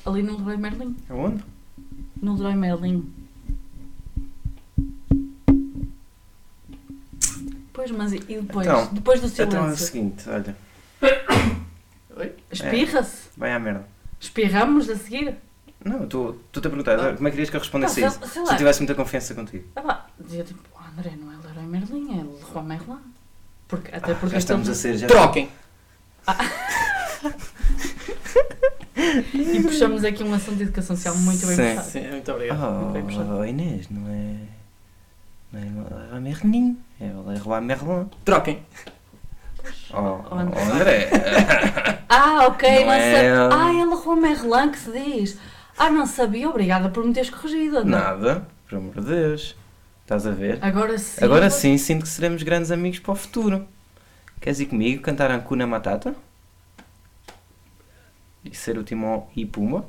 [SPEAKER 1] ali no Leroy Merlin.
[SPEAKER 4] Aonde?
[SPEAKER 1] No Leroy Merlin. Pois, mas e e depois?
[SPEAKER 4] Então,
[SPEAKER 1] depois do
[SPEAKER 4] Então é o
[SPEAKER 1] silêncio.
[SPEAKER 4] seguinte, olha,
[SPEAKER 3] Oi?
[SPEAKER 1] Espirra-se?
[SPEAKER 4] vai à merda.
[SPEAKER 1] Espirramos a seguir?
[SPEAKER 4] Não, estou-te a perguntar,
[SPEAKER 3] Ah.
[SPEAKER 4] como é que querias que eu respondesse
[SPEAKER 1] Pá,
[SPEAKER 4] isso?
[SPEAKER 1] sei-
[SPEAKER 4] Se
[SPEAKER 1] sei Então, lá.
[SPEAKER 4] eu tivesse muita confiança contigo.
[SPEAKER 1] Ah, pá, dizia tipo, "Oh, André, não é Leroy Merlin, é Leroy Merlin. Porque, até
[SPEAKER 4] Ah,
[SPEAKER 1] porque
[SPEAKER 4] já estamos a
[SPEAKER 1] estamos
[SPEAKER 4] ser, já
[SPEAKER 3] Troquem!
[SPEAKER 1] e puxamos aqui um assunto de educação social muito bem
[SPEAKER 4] Sim.
[SPEAKER 1] puxado.
[SPEAKER 3] Sim, muito obrigado.
[SPEAKER 1] Bem puxado.
[SPEAKER 4] Oh, Inês, não é... Não é Leroy Merlin, é Leroy Merlin.
[SPEAKER 3] Troquem!
[SPEAKER 4] Oh,
[SPEAKER 1] André.
[SPEAKER 4] oh, André.
[SPEAKER 1] Ah, ok,
[SPEAKER 4] Não
[SPEAKER 1] não,
[SPEAKER 4] é
[SPEAKER 1] sabia.
[SPEAKER 4] ela.
[SPEAKER 1] Ah, ela Roma Merlan que se diz. Ah, não sabia, obrigada por me teres corrigido. Ana.
[SPEAKER 4] Nada, por amor de Deus. Estás a ver?
[SPEAKER 1] Agora sim.
[SPEAKER 4] Agora sim, sinto que seremos grandes amigos para o futuro. Queres ir comigo cantar Ancuna Matata? E ser o Timão e Pumba?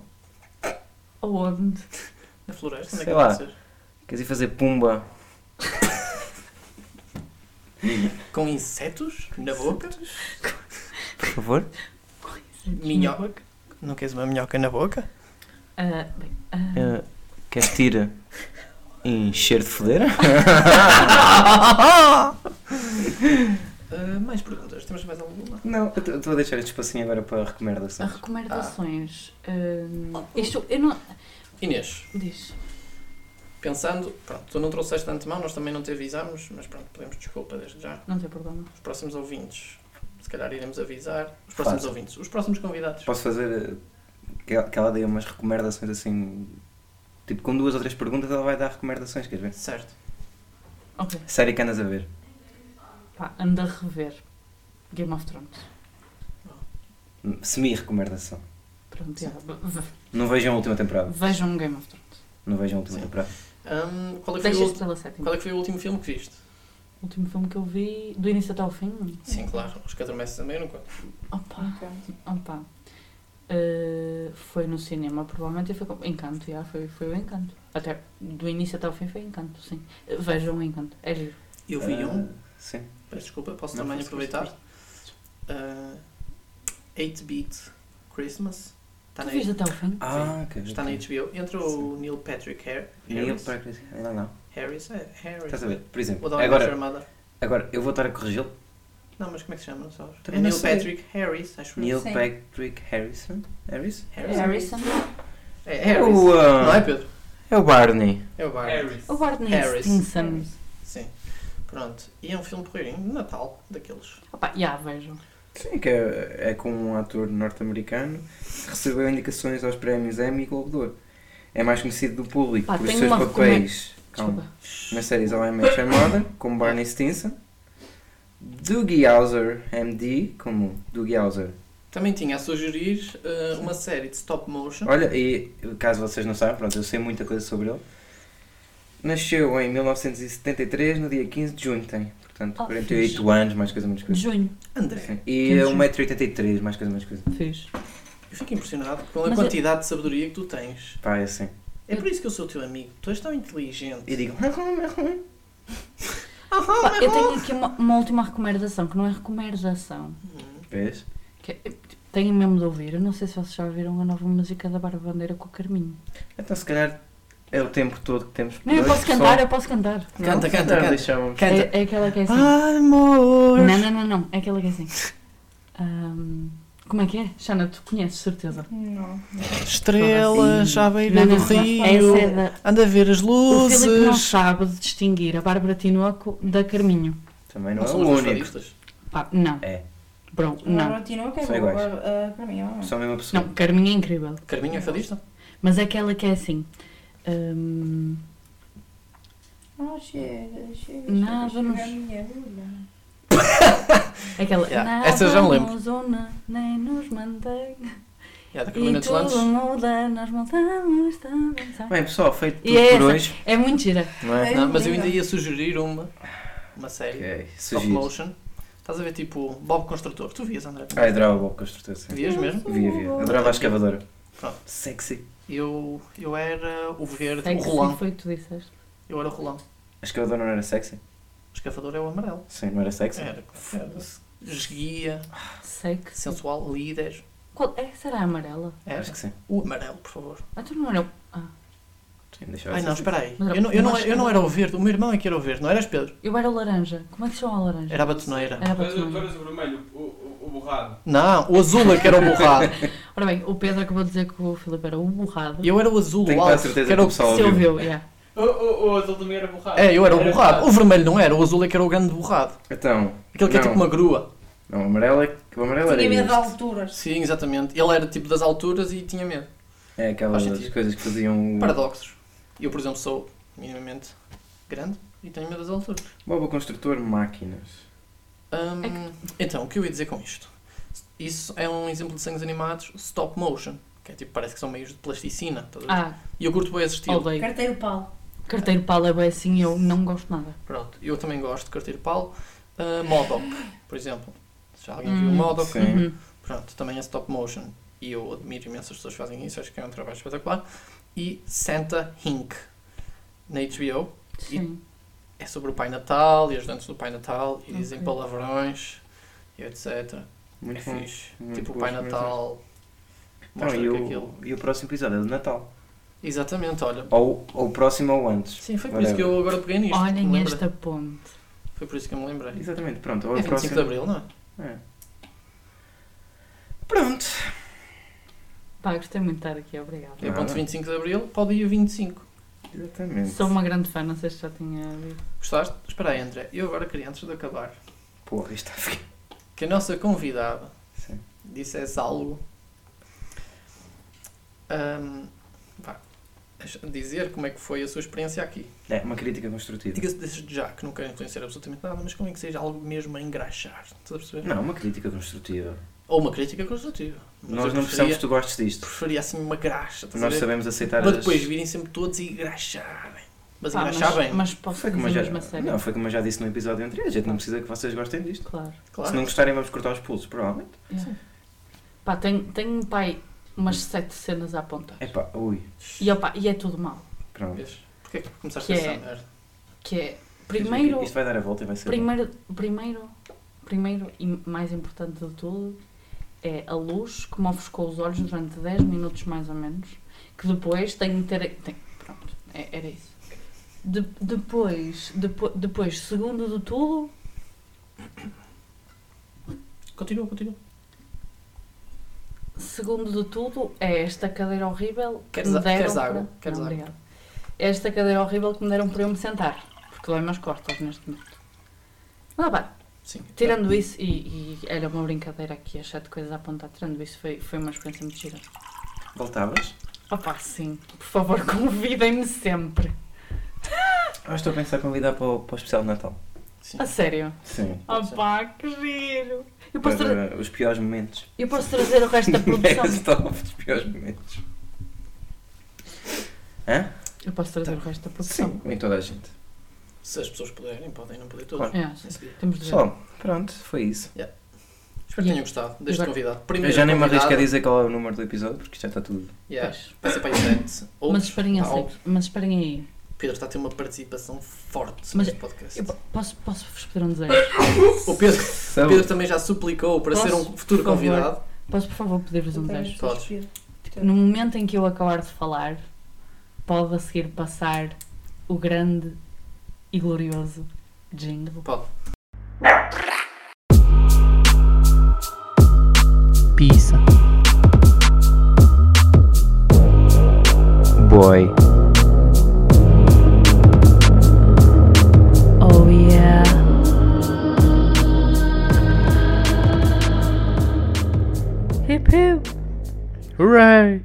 [SPEAKER 1] Onde?
[SPEAKER 3] Na floresta, onde é
[SPEAKER 4] Sei
[SPEAKER 3] que vai
[SPEAKER 4] lá.
[SPEAKER 3] ser?
[SPEAKER 4] Queres ir fazer Pumba?
[SPEAKER 3] Com insetos na boca?
[SPEAKER 4] Por favor?
[SPEAKER 3] Minhoca? Não queres uma minhoca na boca?
[SPEAKER 1] Ah, bem, ah.
[SPEAKER 4] Eh, queres tira? Encher de foder?
[SPEAKER 3] Ah, mais perguntas? Temos mais alguma?
[SPEAKER 4] Não, eu estou a deixar este espacinho agora para
[SPEAKER 1] A
[SPEAKER 4] recomendações.
[SPEAKER 1] recomendações. ah, isto, eu não.
[SPEAKER 3] Inês,
[SPEAKER 1] Diz.
[SPEAKER 3] pensando, pronto, tu não trouxeste de antemão, nós também não te avisámos, mas pronto, pedimos desculpa desde já.
[SPEAKER 1] Não tem problema.
[SPEAKER 3] Os próximos ouvintes, se calhar iremos avisar. Os próximos
[SPEAKER 4] Fácil.
[SPEAKER 3] ouvintes, os próximos convidados.
[SPEAKER 4] Posso fazer eh, que ela- que ela dê umas recomendações assim. Tipo, com duas ou três perguntas ela vai dar recomendações, queres ver?
[SPEAKER 3] Certo.
[SPEAKER 1] Ok.
[SPEAKER 4] Série que andas a ver.
[SPEAKER 1] Pá, anda a rever. Game of Thrones.
[SPEAKER 4] Hum, Semi-recomendação.
[SPEAKER 1] Pronto, já. Ve- ve-
[SPEAKER 4] Não vejam a última temporada.
[SPEAKER 1] Vejam Game of Thrones.
[SPEAKER 4] Não vejam a última
[SPEAKER 3] Sim.
[SPEAKER 4] temporada.
[SPEAKER 3] Ahm, qual, é que foi o
[SPEAKER 1] Deixas
[SPEAKER 3] ulti-
[SPEAKER 1] pela sétima.
[SPEAKER 3] qual é que foi o último filme que viste?
[SPEAKER 1] O último filme que eu vi, do início até ao fim.
[SPEAKER 3] Sim, claro. Os Catrameces também eu não conto.
[SPEAKER 1] Opa.
[SPEAKER 2] Ok.
[SPEAKER 1] Opa, eh, foi no cinema, provavelmente, e foi com- Encanto, já, foi, foi o Encanto. Até do início até ao fim foi Encanto, sim. Eh, Vejam o Encanto, é giro.
[SPEAKER 3] Eu vi
[SPEAKER 4] Ah,
[SPEAKER 3] um,
[SPEAKER 4] Sim.
[SPEAKER 3] peço desculpa, posso
[SPEAKER 4] Não
[SPEAKER 3] também
[SPEAKER 4] faço
[SPEAKER 3] aproveitar. Ah, 8-Bit Christmas. Está Tá
[SPEAKER 1] Tu
[SPEAKER 3] na,
[SPEAKER 1] viste até ao fim?
[SPEAKER 4] Ah, ok.
[SPEAKER 3] está na
[SPEAKER 4] ok.
[SPEAKER 3] HBO. Entre o Neil Patrick Har-
[SPEAKER 4] Neil
[SPEAKER 3] Harris.
[SPEAKER 4] Patrick. É Não, não.
[SPEAKER 3] Harris? É, Harris.
[SPEAKER 4] Estás a ver? Por
[SPEAKER 3] Vou
[SPEAKER 4] exemplo,
[SPEAKER 3] dar uma
[SPEAKER 4] agora,
[SPEAKER 3] chamada.
[SPEAKER 4] agora eu vou estar a corrigi-lo.
[SPEAKER 3] Não, mas como é que se chama? Não sabes? É
[SPEAKER 4] Também não
[SPEAKER 3] Neil
[SPEAKER 4] sei.
[SPEAKER 3] Patrick Harris, acho eu.
[SPEAKER 4] Neil
[SPEAKER 2] Sim.
[SPEAKER 4] Patrick Harrison. Harris?
[SPEAKER 3] Harris?
[SPEAKER 1] Harrison.
[SPEAKER 3] É
[SPEAKER 4] É
[SPEAKER 3] Harris.
[SPEAKER 4] o, ah,
[SPEAKER 3] Não é Pedro?
[SPEAKER 4] é o Barney.
[SPEAKER 3] É o Barney.
[SPEAKER 5] Harris.
[SPEAKER 1] O Barney
[SPEAKER 3] Harris.
[SPEAKER 1] Stinson.
[SPEAKER 3] Sim. Pronto. E é um filme porreirinho de Natal, daqueles.
[SPEAKER 1] Opa, já, vejam.
[SPEAKER 4] Sim, que é, é com um ator norte-americano que recebeu indicações aos prémios Emmy e Globo de Ouro. É mais conhecido do público
[SPEAKER 1] Pá,
[SPEAKER 4] por
[SPEAKER 1] tenho
[SPEAKER 4] os seus
[SPEAKER 1] uma
[SPEAKER 4] papéis
[SPEAKER 1] Desculpa.
[SPEAKER 4] calma, nas séries How I Met Your Mother, como Barney Stinson, Doogie Howser MD, como Doogie Howser.
[SPEAKER 3] Também tinha a sugerir eh, uma série de stop motion.
[SPEAKER 4] Olha, e caso vocês não saibam, pronto, eu sei muita coisa sobre ele. Nasceu em 1973, no dia 15 de junho, tem. Portanto,
[SPEAKER 1] Ah,
[SPEAKER 4] 48
[SPEAKER 1] fixe.
[SPEAKER 4] anos, mais coisa, menos
[SPEAKER 1] De
[SPEAKER 4] coisa.
[SPEAKER 1] junho.
[SPEAKER 3] André,
[SPEAKER 4] Sim. E
[SPEAKER 1] 15 de
[SPEAKER 4] é
[SPEAKER 1] junho.
[SPEAKER 4] 1,83m, mais coisa, menos coisa.
[SPEAKER 1] Fiz.
[SPEAKER 3] eu fico impressionado com a
[SPEAKER 1] Mas eu-
[SPEAKER 3] quantidade de sabedoria que tu tens.
[SPEAKER 4] Pá, é assim.
[SPEAKER 3] É por isso que eu sou teu amigo. Tu és tão inteligente.
[SPEAKER 4] E digo,
[SPEAKER 3] Ah,
[SPEAKER 1] Pá,
[SPEAKER 3] é
[SPEAKER 1] eu tenho aqui uma, uma última recomendação, que não é recomendação.
[SPEAKER 3] Hum,
[SPEAKER 4] vês?
[SPEAKER 1] Que é- tenho mesmo de ouvir. Eu não sei se vocês já ouviram a nova música da Barba Bandeira com o Carminho.
[SPEAKER 4] Então se calhar é o tempo todo que temos
[SPEAKER 1] Não, eu
[SPEAKER 4] hoje,
[SPEAKER 1] posso cantar, eu posso cantar.
[SPEAKER 4] Não,
[SPEAKER 3] Canta,
[SPEAKER 4] se
[SPEAKER 3] canta,
[SPEAKER 4] calhar
[SPEAKER 3] canta.
[SPEAKER 4] deixamos.
[SPEAKER 3] Canta. Ah,
[SPEAKER 1] É, é aquela que é assim.
[SPEAKER 3] Amor.
[SPEAKER 1] Não, não, não, não. É aquela que é assim. Ahm, como é que é? Xana, tu conheces, certeza.
[SPEAKER 2] Não.
[SPEAKER 3] Estrelas à beira
[SPEAKER 1] Não,
[SPEAKER 3] do
[SPEAKER 1] não,
[SPEAKER 3] rio.
[SPEAKER 1] Essa é da.
[SPEAKER 3] Anda a ver as
[SPEAKER 1] O Filipe não
[SPEAKER 3] luzes.
[SPEAKER 1] sabe distinguir a Bárbara Tinoco da Carminho.
[SPEAKER 4] Também não,
[SPEAKER 3] Não
[SPEAKER 4] é o
[SPEAKER 3] são os dois
[SPEAKER 4] único.
[SPEAKER 3] fadistas?
[SPEAKER 1] Pá, não.
[SPEAKER 4] É,
[SPEAKER 1] Bro,
[SPEAKER 2] Não,
[SPEAKER 1] não.
[SPEAKER 2] não tinha, ok.
[SPEAKER 4] São
[SPEAKER 2] São
[SPEAKER 4] iguais.
[SPEAKER 2] para mim, ó.
[SPEAKER 4] só a mesma pessoa.
[SPEAKER 1] Não, Carminho é incrível.
[SPEAKER 3] Carminho é fadista?
[SPEAKER 1] Mas é aquela que é assim. hum, ahm,
[SPEAKER 2] Não, Ah, chega, chega.
[SPEAKER 1] Nada
[SPEAKER 2] chega,
[SPEAKER 1] nos-
[SPEAKER 2] chega a minha agulha.
[SPEAKER 1] aquela.
[SPEAKER 3] Yeah,
[SPEAKER 1] Nada
[SPEAKER 3] essa eu já me lembro.
[SPEAKER 1] nos une, nem nos mantém.
[SPEAKER 3] É, da
[SPEAKER 1] E
[SPEAKER 3] Carolina dos Landes.
[SPEAKER 1] tudo muda, nós mudamos também. sabe?
[SPEAKER 4] Bem pessoal, feito tudo
[SPEAKER 1] E é
[SPEAKER 4] por
[SPEAKER 1] essa.
[SPEAKER 4] hoje,
[SPEAKER 1] É muito gira.
[SPEAKER 4] não é?
[SPEAKER 2] É.
[SPEAKER 3] Não, mas eu ainda ia sugerir uma, uma série.
[SPEAKER 4] Ok,
[SPEAKER 3] Stop
[SPEAKER 4] é sugiro.
[SPEAKER 3] motion. Estás a ver tipo Bob Construtor. Tu vias, André?
[SPEAKER 4] Ah, adorava o Bob Construtor, sim.
[SPEAKER 3] Vias mesmo?
[SPEAKER 4] Via, via. Adorava a escavadora.
[SPEAKER 3] Pronto.
[SPEAKER 4] Sexy.
[SPEAKER 3] Eu, eu era o verde,
[SPEAKER 1] É
[SPEAKER 3] o
[SPEAKER 1] que
[SPEAKER 3] rolão.
[SPEAKER 1] foi o que tu disseste.
[SPEAKER 3] Eu era o rolão.
[SPEAKER 4] A escavadora não era sexy?
[SPEAKER 3] O escafador é o amarelo.
[SPEAKER 4] Sim, não era sexy?
[SPEAKER 3] Era, era esguia,
[SPEAKER 1] Sexy.
[SPEAKER 3] sensual, líder.
[SPEAKER 1] Qual é? Será a amarela?
[SPEAKER 3] Era
[SPEAKER 4] Acho que sim.
[SPEAKER 3] o amarelo, por favor.
[SPEAKER 1] Ah, tu não era. o- Ah,
[SPEAKER 4] Sim, deixava
[SPEAKER 3] Ai não,
[SPEAKER 4] sexy.
[SPEAKER 3] espera aí.
[SPEAKER 1] Mas era-
[SPEAKER 3] Eu não, eu, não,
[SPEAKER 1] mas-
[SPEAKER 3] eu não era o verde, o meu irmão é que era o verde, não eras Pedro?
[SPEAKER 1] eu era o laranja. Como é que se chama a laranja?
[SPEAKER 3] Era a batoneira.
[SPEAKER 1] Era
[SPEAKER 5] Tu eras- tu
[SPEAKER 1] Batman.
[SPEAKER 5] eras o vermelho, o, o, o borrado.
[SPEAKER 3] Não, o azul é que era o borrado.
[SPEAKER 1] Ora bem, o Pedro acabou de dizer que o Filipe era o borrado.
[SPEAKER 3] Eu era o azul,
[SPEAKER 4] Tenho
[SPEAKER 3] o
[SPEAKER 4] quase
[SPEAKER 3] alto,
[SPEAKER 4] certeza
[SPEAKER 3] que
[SPEAKER 4] que
[SPEAKER 3] era
[SPEAKER 4] o
[SPEAKER 3] o...
[SPEAKER 4] pessoal
[SPEAKER 1] Se
[SPEAKER 4] ouviu.
[SPEAKER 1] ouviu, yeah.
[SPEAKER 5] O, o, o azul também era borrado.
[SPEAKER 3] É, eu era o borrado. O vermelho não era, o azul é que era o grande borrado.
[SPEAKER 4] Então,
[SPEAKER 3] Aquele que é
[SPEAKER 4] Não.
[SPEAKER 3] tipo uma grua.
[SPEAKER 4] não, o amarelo é que... O amarelo era
[SPEAKER 2] Tinha medo de
[SPEAKER 4] este.
[SPEAKER 2] alturas.
[SPEAKER 3] Sim, exatamente. Ele era tipo das alturas e tinha medo.
[SPEAKER 4] É aquelas
[SPEAKER 3] Faz sentido.
[SPEAKER 4] coisas que faziam... um o-
[SPEAKER 3] Paradoxos. Eu, por exemplo, sou minimamente grande e tenho medo das alturas.
[SPEAKER 4] Bob o Construtor, máquinas.
[SPEAKER 3] Hum, Então, o que eu ia dizer com isto? Isso é um exemplo de desenhos animados stop motion, que é tipo, parece que são meios de plasticina. estás a ver?
[SPEAKER 1] Ah,
[SPEAKER 3] E eu curto bem esse estilo.
[SPEAKER 1] odeio.
[SPEAKER 2] Carteiro pau.
[SPEAKER 1] Carteiro pala é bem assim e eu não gosto nada.
[SPEAKER 3] Pronto, eu também gosto de carteiro pau. Uh, Modoc, por exemplo. Já alguém viu
[SPEAKER 1] Hum,
[SPEAKER 3] Modoc?
[SPEAKER 4] sim.
[SPEAKER 1] Uhum.
[SPEAKER 3] Pronto, também é stop motion. E eu admiro imensas pessoas que fazem isso, acho que é um trabalho espetacular. E Santa Hink, na HBO.
[SPEAKER 1] Sim.
[SPEAKER 3] É sobre o Pai Natal e ajudantes do Pai Natal e dizem
[SPEAKER 1] Ok.
[SPEAKER 3] palavrões e etc. é
[SPEAKER 4] Muito bom.
[SPEAKER 3] fixe.
[SPEAKER 4] Muito
[SPEAKER 3] tipo, o
[SPEAKER 4] boas
[SPEAKER 3] Pai
[SPEAKER 4] mesmo.
[SPEAKER 3] Natal
[SPEAKER 4] Então,
[SPEAKER 3] mostra que
[SPEAKER 4] e, o,
[SPEAKER 3] aquilo.
[SPEAKER 4] e o próximo episódio é de Natal.
[SPEAKER 3] Exatamente, olha.
[SPEAKER 4] Ou, ou o próximo ou antes.
[SPEAKER 3] Sim, foi por isso que eu agora peguei nisto. que me
[SPEAKER 1] Olhem
[SPEAKER 3] lembrei.
[SPEAKER 1] esta ponte.
[SPEAKER 3] Foi por isso que eu me lembrei.
[SPEAKER 4] Exatamente, pronto. Ou
[SPEAKER 3] É
[SPEAKER 4] o
[SPEAKER 3] 25
[SPEAKER 4] próximo.
[SPEAKER 3] de Abril, não é?
[SPEAKER 4] É. Pronto.
[SPEAKER 1] Pá, gostei muito de estar aqui, obrigada.
[SPEAKER 3] É ponto
[SPEAKER 4] Nada.
[SPEAKER 3] 25 de Abril para o dia 25.
[SPEAKER 4] Exatamente.
[SPEAKER 1] Sou uma grande fã, não sei se já tinha ouvido.
[SPEAKER 3] Gostaste? Espera aí, André. Eu agora queria, antes de acabar,
[SPEAKER 4] Porra, isto está a ficar.
[SPEAKER 3] que a nossa convidada
[SPEAKER 4] Sim.
[SPEAKER 3] dissesse algo. Ahm, vá, deixa- dizer como é que foi a sua experiência aqui.
[SPEAKER 4] É, uma crítica construtiva.
[SPEAKER 3] Diga-se desde já que não quero influenciar absolutamente nada, mas como é que seja algo mesmo a engraxar? Estás a perceber?
[SPEAKER 4] Não, uma crítica construtiva.
[SPEAKER 3] Ou uma crítica construtiva. Mas
[SPEAKER 4] Nós
[SPEAKER 3] eu
[SPEAKER 4] não precisamos
[SPEAKER 3] preferia,
[SPEAKER 4] que tu gostes disto.
[SPEAKER 3] preferia assim uma graxa, estás a
[SPEAKER 4] Nós
[SPEAKER 3] ver?
[SPEAKER 4] sabemos aceitar
[SPEAKER 3] Para
[SPEAKER 4] as-
[SPEAKER 3] depois virem sempre todos e engraxarem. Mas
[SPEAKER 1] Pá,
[SPEAKER 3] engraxar bem,
[SPEAKER 1] Ah, mas posso
[SPEAKER 4] Foi
[SPEAKER 1] dizer
[SPEAKER 4] como, eu
[SPEAKER 1] mesmo a
[SPEAKER 4] já...
[SPEAKER 1] sério.
[SPEAKER 4] não, foi como eu já disse no episódio anterior. A gente não precisa que vocês gostem disto.
[SPEAKER 1] Claro.
[SPEAKER 3] claro.
[SPEAKER 4] Se não gostarem, vamos cortar os pulsos, provavelmente.
[SPEAKER 1] Yeah. Pá, tenho, tenho pai, umas sete cenas a apontar.
[SPEAKER 4] Epá, ui.
[SPEAKER 1] E, opa, e é tudo mal.
[SPEAKER 4] Pronto.
[SPEAKER 3] Vês? Porquê é que começaste
[SPEAKER 1] Que
[SPEAKER 3] a essa
[SPEAKER 1] é-
[SPEAKER 3] merda?
[SPEAKER 1] Que é, primeiro,
[SPEAKER 4] Isto vai dar a volta e vai ser. bom.
[SPEAKER 1] primeiro, primeiro, primeiro e mais importante de tudo, é a luz que me ofuscou os olhos durante 10 minutos mais ou menos, que depois tenho que ter... Tem, pronto, é- era isso. De- depois, depo- depois, segundo de tudo,
[SPEAKER 3] Continua, continua.
[SPEAKER 1] Segundo de tudo, é esta cadeira horrível que
[SPEAKER 3] Queres
[SPEAKER 1] me
[SPEAKER 3] a-
[SPEAKER 1] deram.
[SPEAKER 3] queres
[SPEAKER 1] para-
[SPEAKER 3] água? Queres
[SPEAKER 1] Não,
[SPEAKER 3] água?
[SPEAKER 1] obrigada. Esta cadeira horrível que me deram para eu me sentar, porque dói-me as costas neste momento. Não, pá,
[SPEAKER 3] Sim.
[SPEAKER 1] tirando isso, e, e era uma brincadeira aqui, as sete coisas a apontar, tirando isso, foi, foi uma experiência muito gira.
[SPEAKER 4] Voltavas?
[SPEAKER 1] Opa, sim, por favor, convidem-me sempre.
[SPEAKER 4] Ah, estou a pensar em convidar para o, para o especial de Natal.
[SPEAKER 3] Sim.
[SPEAKER 1] A sério.
[SPEAKER 4] Sim.
[SPEAKER 3] Pode ser.
[SPEAKER 1] Opa, que giro. Eu posso, tra-
[SPEAKER 4] Para os piores momentos.
[SPEAKER 1] eu posso trazer o resto da produção.
[SPEAKER 4] Stop, os piores momentos. Hã?
[SPEAKER 1] Eu posso trazer o resto da produção.
[SPEAKER 4] Sim, em toda a gente.
[SPEAKER 3] Se as pessoas puderem, podem não poder todos.
[SPEAKER 4] Claro.
[SPEAKER 1] É,
[SPEAKER 3] Sim, sim.
[SPEAKER 1] temos de ver.
[SPEAKER 4] Pessoal, pronto, foi isso.
[SPEAKER 3] Espero que tenham gostado deste
[SPEAKER 1] Exato.
[SPEAKER 3] convidado.
[SPEAKER 4] Eu
[SPEAKER 3] Primeiro
[SPEAKER 4] já nem me
[SPEAKER 3] convidado.
[SPEAKER 4] arrisco a dizer qual é o número do episódio, porque já está tudo.
[SPEAKER 3] Yeah.
[SPEAKER 1] Pois.
[SPEAKER 3] Vai ser para aí sete. Ou
[SPEAKER 1] Mas esperem, a
[SPEAKER 3] Tá,
[SPEAKER 1] sério, mas esperem aí.
[SPEAKER 3] Pedro está a ter uma participação forte
[SPEAKER 1] Mas-
[SPEAKER 3] neste podcast.
[SPEAKER 1] Eu po- posso, posso vos pedir um desejo?
[SPEAKER 3] O Pedro, o
[SPEAKER 4] Saúde.
[SPEAKER 3] Pedro também já suplicou para
[SPEAKER 1] Posso?
[SPEAKER 3] ser um futuro
[SPEAKER 1] Por favor.
[SPEAKER 3] convidado.
[SPEAKER 1] Posso, por favor, pedir-vos um desejo?
[SPEAKER 3] Podes.
[SPEAKER 1] No momento em que eu acabar de falar, pode a seguir passar o grande e glorioso jingle.
[SPEAKER 3] Pode.
[SPEAKER 1] Pizza.
[SPEAKER 4] Boy.
[SPEAKER 1] Oh yeah. Hip hip.
[SPEAKER 4] Hooray!